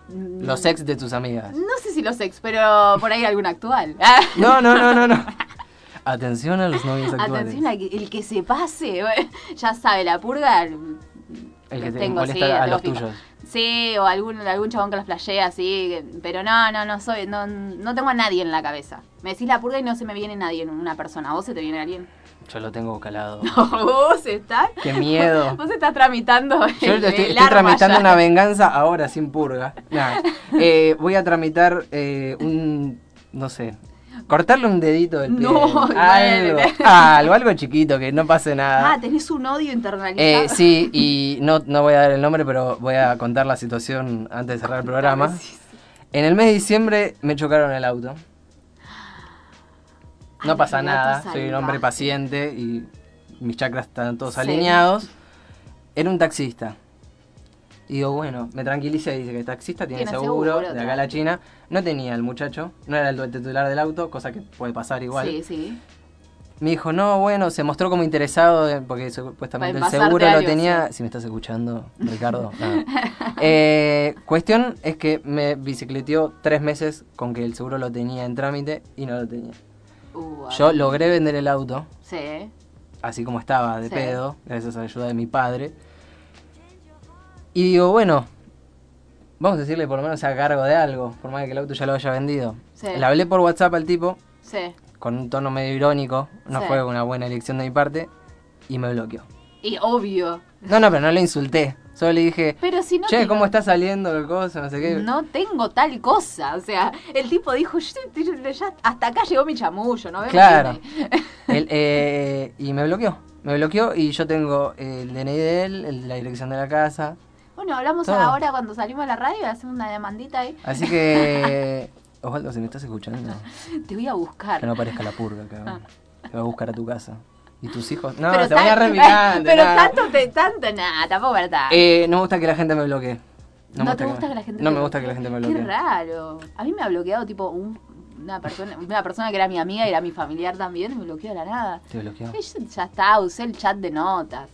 [SPEAKER 2] mm,
[SPEAKER 1] Los ex de tus amigas.
[SPEAKER 2] No sé si los ex, pero por ahí algún actual.
[SPEAKER 1] No, no, no, no, no. Atención a los novios actuales.
[SPEAKER 2] Atención, al que- el que se pase, ya sabe, la purga.
[SPEAKER 1] El que
[SPEAKER 2] los
[SPEAKER 1] te
[SPEAKER 2] tengo,
[SPEAKER 1] molesta
[SPEAKER 2] sí,
[SPEAKER 1] a los
[SPEAKER 2] tengo
[SPEAKER 1] tuyos.
[SPEAKER 2] Sí, o algún, algún chabón que los flashea así, que- pero no, no, no soy, no, no tengo a nadie en la cabeza. Me decís la purga y no se me viene nadie, una persona. ¿A ¿Vos se te viene alguien?
[SPEAKER 1] Yo lo tengo calado.
[SPEAKER 2] ¿Vos estás?
[SPEAKER 1] Qué miedo.
[SPEAKER 2] Vos estás tramitando el,
[SPEAKER 1] Yo te estoy,
[SPEAKER 2] el
[SPEAKER 1] estoy
[SPEAKER 2] arma
[SPEAKER 1] tramitando
[SPEAKER 2] ya.
[SPEAKER 1] una venganza ahora sin purga. Nah. Eh, voy a tramitar eh, un, no sé, cortarle un dedito del pie.
[SPEAKER 2] No,
[SPEAKER 1] algo,
[SPEAKER 2] bueno.
[SPEAKER 1] algo, algo chiquito, que no pase nada.
[SPEAKER 2] Ah, tenés un odio internalizado.
[SPEAKER 1] Eh, sí, y no, no voy a dar el nombre, pero voy a contar la situación antes de cerrar el programa. En el mes de diciembre me chocaron el auto. No
[SPEAKER 2] Ah, Ay,
[SPEAKER 1] pasa
[SPEAKER 2] gato
[SPEAKER 1] nada, soy
[SPEAKER 2] salvaje.
[SPEAKER 1] un hombre paciente y mis chakras están todos
[SPEAKER 2] Sí.
[SPEAKER 1] alineados. Era un taxista. Y digo, bueno, me tranquiliza y dice que el taxista tiene,
[SPEAKER 2] Tiene
[SPEAKER 1] seguro,
[SPEAKER 2] seguro,
[SPEAKER 1] de acá a
[SPEAKER 2] claro.
[SPEAKER 1] la China. No tenía el muchacho, no era el titular del auto, cosa que puede pasar igual.
[SPEAKER 2] Sí, sí.
[SPEAKER 1] Me dijo, no, bueno, se mostró como interesado, de- porque supuestamente el
[SPEAKER 2] Para pasarte
[SPEAKER 1] seguro lo
[SPEAKER 2] algo,
[SPEAKER 1] tenía. Si me estás escuchando, Ricardo. nada. Eh, cuestión es que me bicicleteó tres meses con que el seguro lo tenía en trámite y no lo tenía.
[SPEAKER 2] Uh, ah,
[SPEAKER 1] Yo logré vender el auto,
[SPEAKER 2] Sí.
[SPEAKER 1] así como estaba, de
[SPEAKER 2] Sí.
[SPEAKER 1] pedo, gracias a la ayuda de mi padre. Y digo, bueno, vamos a decirle por lo menos a cargo de algo, por más que el auto ya lo haya vendido.
[SPEAKER 2] Sí.
[SPEAKER 1] Le hablé por WhatsApp al tipo,
[SPEAKER 2] Sí.
[SPEAKER 1] con un tono medio irónico, no
[SPEAKER 2] Sí.
[SPEAKER 1] fue una buena elección de mi parte, y me bloqueó.
[SPEAKER 2] Y obvio.
[SPEAKER 1] No, no, pero no le insulté, solo le dije,
[SPEAKER 2] Pero si no
[SPEAKER 1] che,
[SPEAKER 2] te-
[SPEAKER 1] ¿cómo está saliendo el cosa? No sé qué.
[SPEAKER 2] No tengo tal cosa. O sea, el tipo dijo, "Yo te- yo- ya hasta acá llegó mi chamullo, ¿no? ves?
[SPEAKER 1] Claro. Él, eh, y me bloqueó, me bloqueó y yo tengo el DNI de él, el de la dirección de la casa,
[SPEAKER 2] Bueno, hablamos
[SPEAKER 1] Todo.
[SPEAKER 2] ahora cuando salimos a la radio y hacemos una demandita ahí.
[SPEAKER 1] así que... Osvaldo, si me estás escuchando,
[SPEAKER 2] Te voy a buscar.
[SPEAKER 1] que no aparezca la purga, cabrón. Te va a buscar a tu casa. Y tus hijos... No,
[SPEAKER 2] Ah. pero
[SPEAKER 1] te van a
[SPEAKER 2] tan-
[SPEAKER 1] repicar.
[SPEAKER 2] Pero tanto, te, tanto, nada, tampoco verdad.
[SPEAKER 1] Eh, no me gusta que la gente me bloquee.
[SPEAKER 2] no, te gusta que la gente
[SPEAKER 1] No
[SPEAKER 2] te
[SPEAKER 1] me gusta que la
[SPEAKER 2] bloquee.
[SPEAKER 1] gente me bloquee.
[SPEAKER 2] Qué raro. A mí me ha bloqueado tipo un- una persona, una persona que era mi amiga y era mi familiar también, me bloqueó de la nada.
[SPEAKER 1] Te bloqueó.
[SPEAKER 2] Eh, yo ya está, usé el chat de notas.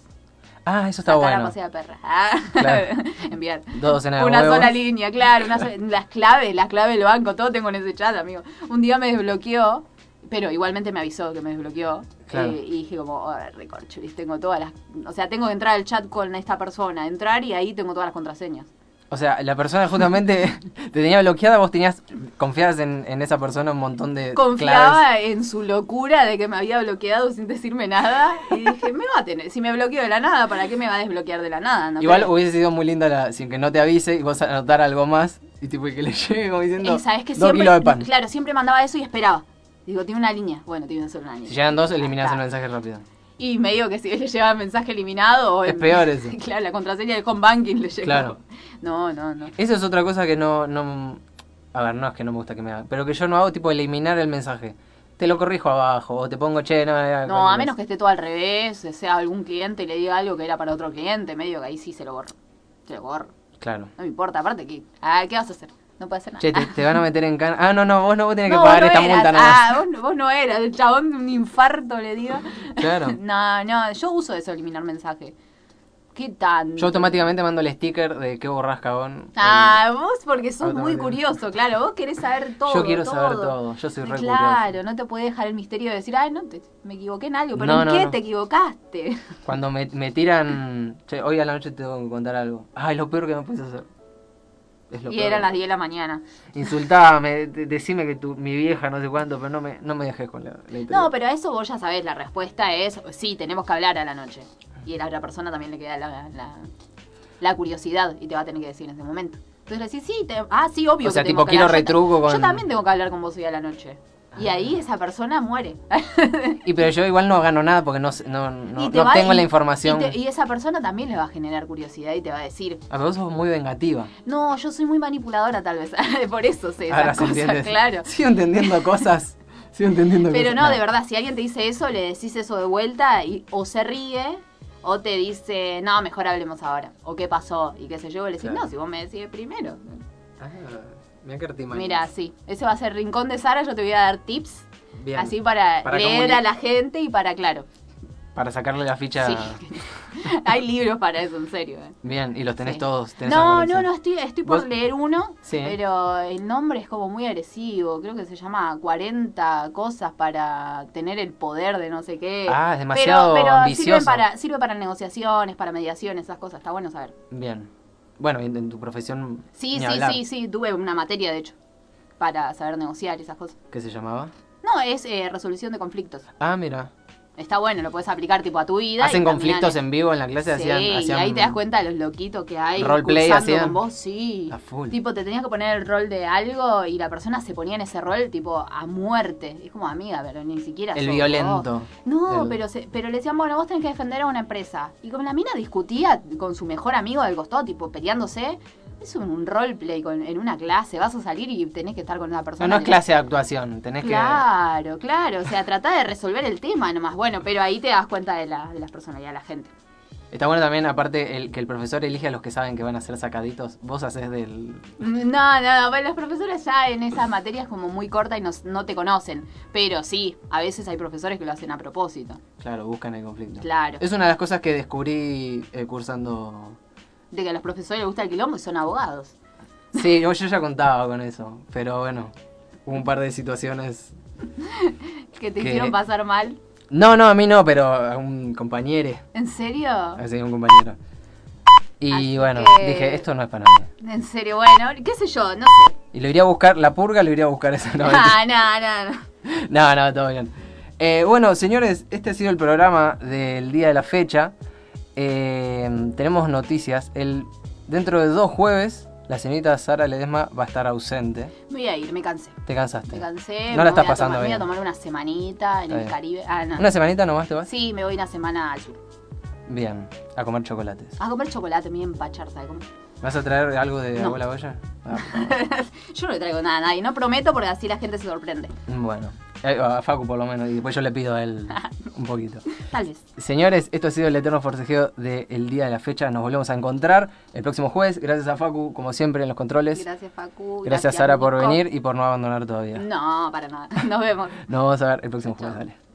[SPEAKER 1] Ah, eso está
[SPEAKER 2] Sacar a
[SPEAKER 1] bueno.
[SPEAKER 2] pasear a perra. Ah,
[SPEAKER 1] Claro.
[SPEAKER 2] Enviar.
[SPEAKER 1] Dos docenas de
[SPEAKER 2] Una
[SPEAKER 1] huevos.
[SPEAKER 2] sola línea, claro. Una sola- las claves, las claves del banco, todo tengo en ese chat, amigo. Un día me desbloqueó, pero igualmente me avisó que me desbloqueó.
[SPEAKER 1] Claro.
[SPEAKER 2] Eh, y dije como, oh, recorcho, ¿viste? tengo todas las... O sea, tengo que entrar al chat con esta persona, entrar y ahí tengo todas las contraseñas.
[SPEAKER 1] O sea, la persona justamente te tenía bloqueada, vos tenías, confías en, en esa persona un montón de
[SPEAKER 2] Confiaba
[SPEAKER 1] Eh, claves.
[SPEAKER 2] en su locura de que me había bloqueado sin decirme nada. Y dije, me va a tener. Si me bloqueo de la nada, ¿para qué me va a desbloquear de la nada? No
[SPEAKER 1] Igual
[SPEAKER 2] creo.
[SPEAKER 1] hubiese sido muy linda la, sin que no te avise y vos anotar algo más y tipo que le llegue como diciendo
[SPEAKER 2] Eh, ¿sabes que
[SPEAKER 1] dos
[SPEAKER 2] siempre,
[SPEAKER 1] kilos de pan.
[SPEAKER 2] Claro, siempre mandaba eso y esperaba. Digo, tiene una línea. Bueno, tiene que ser una línea.
[SPEAKER 1] Si llegan dos, eliminás
[SPEAKER 2] Acá.
[SPEAKER 1] el mensaje rápido.
[SPEAKER 2] Y me digo que si le lleva el mensaje eliminado. O
[SPEAKER 1] Es peor eso.
[SPEAKER 2] Claro, la contraseña del home banking le llegó.
[SPEAKER 1] Claro.
[SPEAKER 2] No, no, no.
[SPEAKER 1] Eso es otra cosa que no, no... A ver, no es que no me gusta que me hagan, pero que yo no hago tipo eliminar el mensaje. Te lo corrijo abajo o te pongo che, no... eh,
[SPEAKER 2] No, a
[SPEAKER 1] cualquier
[SPEAKER 2] menos
[SPEAKER 1] cosa.
[SPEAKER 2] que esté todo al revés, sea algún cliente y le diga algo que era para otro cliente, medio que ahí sí se lo borro. Se lo borro.
[SPEAKER 1] Claro.
[SPEAKER 2] No me importa, aparte que. Ah, ¿qué vas a hacer? No puedes hacer nada.
[SPEAKER 1] Che, te, te van a meter en cana... Ah, no, no, vos no, vos tenés
[SPEAKER 2] No,
[SPEAKER 1] que pagar
[SPEAKER 2] vos no
[SPEAKER 1] esta
[SPEAKER 2] eras.
[SPEAKER 1] multa nomás.
[SPEAKER 2] Ah, vos, no- vos no eras, el chabón un infarto le digo.
[SPEAKER 1] Claro.
[SPEAKER 2] No, no, yo uso eso, eliminar mensaje. ¿Qué tan?
[SPEAKER 1] Yo automáticamente mando el sticker de qué borrás, cagón.
[SPEAKER 2] Ah, vos porque sos muy
[SPEAKER 1] Automáticamente.
[SPEAKER 2] curioso, claro, vos querés saber todo.
[SPEAKER 1] Yo quiero saber todo, yo soy re
[SPEAKER 2] Claro,
[SPEAKER 1] curioso.
[SPEAKER 2] no te puede dejar el misterio de decir, ay, no, te, me equivoqué en algo, pero
[SPEAKER 1] No,
[SPEAKER 2] ¿en
[SPEAKER 1] no,
[SPEAKER 2] qué
[SPEAKER 1] no.
[SPEAKER 2] te equivocaste?
[SPEAKER 1] El- Cuando me, me tiran... Che, hoy a la noche te tengo que contar algo. Ah, es lo peor que me puedes hacer. Es lo
[SPEAKER 2] Y
[SPEAKER 1] peor.
[SPEAKER 2] eran las 10 de la mañana.
[SPEAKER 1] Insultame, de- decime que tu, mi vieja no sé cuánto, pero no me, no me dejes con la, la intriga.
[SPEAKER 2] No, pero a eso vos ya sabés, la respuesta es, sí, tenemos que hablar a la noche. Y a la otra persona también le queda la, la- la curiosidad y te va a tener que decir en ese momento. Entonces le decís, sí, te- ah, sí, obvio
[SPEAKER 1] O sea,
[SPEAKER 2] que
[SPEAKER 1] tipo,
[SPEAKER 2] tengo que
[SPEAKER 1] quiero
[SPEAKER 2] hablar. Yo ta-
[SPEAKER 1] retruco
[SPEAKER 2] Yo
[SPEAKER 1] con- Ah.
[SPEAKER 2] también tengo que hablar con vos hoy a la noche. Y ahí esa persona muere.
[SPEAKER 1] Y pero yo igual no gano nada porque no, sé- no, no,
[SPEAKER 2] Y te
[SPEAKER 1] no
[SPEAKER 2] va-
[SPEAKER 1] tengo
[SPEAKER 2] y-
[SPEAKER 1] la información.
[SPEAKER 2] Y, te- y esa persona también le va a generar curiosidad y te va a decir,
[SPEAKER 1] A vos sos muy vengativa.
[SPEAKER 2] no, yo soy muy manipuladora tal vez. Por eso sé esas
[SPEAKER 1] Ahora se
[SPEAKER 2] cosas,
[SPEAKER 1] entiende.
[SPEAKER 2] claro.
[SPEAKER 1] Sigo entendiendo cosas. Sigo entendiendo
[SPEAKER 2] Pero
[SPEAKER 1] cosas.
[SPEAKER 2] no,
[SPEAKER 1] Nada.
[SPEAKER 2] de verdad, si alguien te dice eso, le decís eso de vuelta y o se ríe o te dice, no, mejor hablemos ahora. O qué pasó y qué sé yo. Y le decís,
[SPEAKER 1] Claro.
[SPEAKER 2] no, si vos me decís primero.
[SPEAKER 1] Ah, mirá qué artimaña.
[SPEAKER 2] Mira, sí. Ese va a ser Rincón de Sara. Yo te voy a dar tips.
[SPEAKER 1] Bien.
[SPEAKER 2] Así para,
[SPEAKER 1] Para
[SPEAKER 2] leer
[SPEAKER 1] comuni-
[SPEAKER 2] a la gente y para, claro.
[SPEAKER 1] Para sacarle la ficha.
[SPEAKER 2] Sí. Hay libros para eso, en serio. eh.
[SPEAKER 1] Bien, y los tenés
[SPEAKER 2] Sí.
[SPEAKER 1] todos. tenés
[SPEAKER 2] No, no,
[SPEAKER 1] organizado.
[SPEAKER 2] no, estoy, estoy por
[SPEAKER 1] ¿Vos?
[SPEAKER 2] leer uno,
[SPEAKER 1] Sí.
[SPEAKER 2] pero el nombre es como muy agresivo. Creo que se llama 40 cosas para tener el poder de no sé qué.
[SPEAKER 1] Ah, es demasiado
[SPEAKER 2] pero, pero Sirve
[SPEAKER 1] ambicioso.
[SPEAKER 2] para, sirve para negociaciones, para mediaciones, esas cosas. Está bueno saber.
[SPEAKER 1] Bien. Bueno, en, en tu profesión.
[SPEAKER 2] Sí,
[SPEAKER 1] ni
[SPEAKER 2] sí,
[SPEAKER 1] hablar.
[SPEAKER 2] sí, sí. Tuve una materia, de hecho, para saber negociar esas cosas.
[SPEAKER 1] ¿Qué se llamaba?
[SPEAKER 2] No, es eh, resolución de conflictos.
[SPEAKER 1] Ah, mira.
[SPEAKER 2] Está bueno, lo puedes aplicar tipo a tu vida. y
[SPEAKER 1] Hacen
[SPEAKER 2] también a-
[SPEAKER 1] conflictos en vivo en la
[SPEAKER 2] Sí,
[SPEAKER 1] clase. hacían, hacían-
[SPEAKER 2] y ahí te das cuenta de los loquitos que hay
[SPEAKER 1] Roleplay
[SPEAKER 2] cursando
[SPEAKER 1] hacían.
[SPEAKER 2] con vos, sí.
[SPEAKER 1] A full.
[SPEAKER 2] Tipo, te tenías que poner el rol de algo y la persona se ponía en ese rol, tipo, a muerte. Es como amiga, pero ni siquiera.
[SPEAKER 1] El
[SPEAKER 2] sos
[SPEAKER 1] violento.
[SPEAKER 2] vos. No,
[SPEAKER 1] El-
[SPEAKER 2] pero se- pero le decían, bueno, vos tenés que defender a una empresa. Y como la mina discutía con su mejor amigo del costado, tipo, peleándose. Es un- un roleplay con- en una clase, vas a salir y tenés que estar con una persona.
[SPEAKER 1] No, no es
[SPEAKER 2] que-
[SPEAKER 1] clase de actuación. Tenés que.
[SPEAKER 2] Claro, claro. O sea, tratá de resolver el tema nomás. Bueno, pero ahí te das cuenta de, la, de las personalidades de la gente.
[SPEAKER 1] Está bueno también, aparte, el que el profesor elige a los que saben que van a ser sacaditos. Vos haces del.
[SPEAKER 2] No, no, no, bueno, los profesores ya en esas materias como muy corta y no, no te conocen. Pero sí, a veces hay profesores que lo hacen a propósito.
[SPEAKER 1] Claro, buscan el conflicto.
[SPEAKER 2] Claro.
[SPEAKER 1] Es una de las cosas que descubrí eh, cursando.
[SPEAKER 2] De que a los profesores les gusta el quilombo y son abogados.
[SPEAKER 1] Sí, yo, yo ya contaba con eso. Pero bueno, hubo un par de situaciones.
[SPEAKER 2] Que te
[SPEAKER 1] ¿Qué?
[SPEAKER 2] hicieron pasar mal.
[SPEAKER 1] No, no, a mí no, pero a un compañero.
[SPEAKER 2] ¿En serio?
[SPEAKER 1] Así, un compañero. Y
[SPEAKER 2] Así
[SPEAKER 1] bueno,
[SPEAKER 2] que-
[SPEAKER 1] dije, esto no es para mí.
[SPEAKER 2] En serio, bueno, qué sé yo, no sé.
[SPEAKER 1] Y lo iría a buscar, la purga lo iría a buscar esa noche.
[SPEAKER 2] Ah, no, no, no.
[SPEAKER 1] No, no, todo bien. Eh, bueno, señores, este ha sido el programa del día de la fecha. Eh, tenemos noticias. El, dentro de dos jueves, la señorita Sara Ledesma va a estar ausente.
[SPEAKER 2] Me voy a ir, me cansé.
[SPEAKER 1] ¿Te cansaste?
[SPEAKER 2] Me cansé.
[SPEAKER 1] No la
[SPEAKER 2] me
[SPEAKER 1] estás
[SPEAKER 2] voy a
[SPEAKER 1] pasando
[SPEAKER 2] tomar- Me voy a
[SPEAKER 1] bien.
[SPEAKER 2] tomar una
[SPEAKER 1] Está
[SPEAKER 2] semanita en el
[SPEAKER 1] bien.
[SPEAKER 2] Caribe. Ah, no.
[SPEAKER 1] ¿Una semanita nomás te vas?
[SPEAKER 2] Sí, me voy una semana al sur.
[SPEAKER 1] Bien, a comer chocolates.
[SPEAKER 2] A comer chocolate, me voy a empachar, ¿sabes cómo?
[SPEAKER 1] ¿Vas a traer algo de
[SPEAKER 2] No.
[SPEAKER 1] abuela Goya? Ah,
[SPEAKER 2] Yo no le traigo nada a nadie, no prometo porque así la gente se sorprende.
[SPEAKER 1] bueno, Eh, a Facu por lo menos, y después yo le pido a él un poquito.
[SPEAKER 2] Tal vez.
[SPEAKER 1] Señores, esto ha sido el eterno forcejeo del día de la fecha. Nos volvemos a encontrar el próximo jueves. Gracias a Facu, como siempre, en los controles.
[SPEAKER 2] Gracias, Facu.
[SPEAKER 1] Gracias, Sara, por
[SPEAKER 2] Nico.
[SPEAKER 1] venir y por no abandonar todavía.
[SPEAKER 2] No, para nada. Nos vemos.
[SPEAKER 1] Nos vamos a ver el próximo jueves. Dale.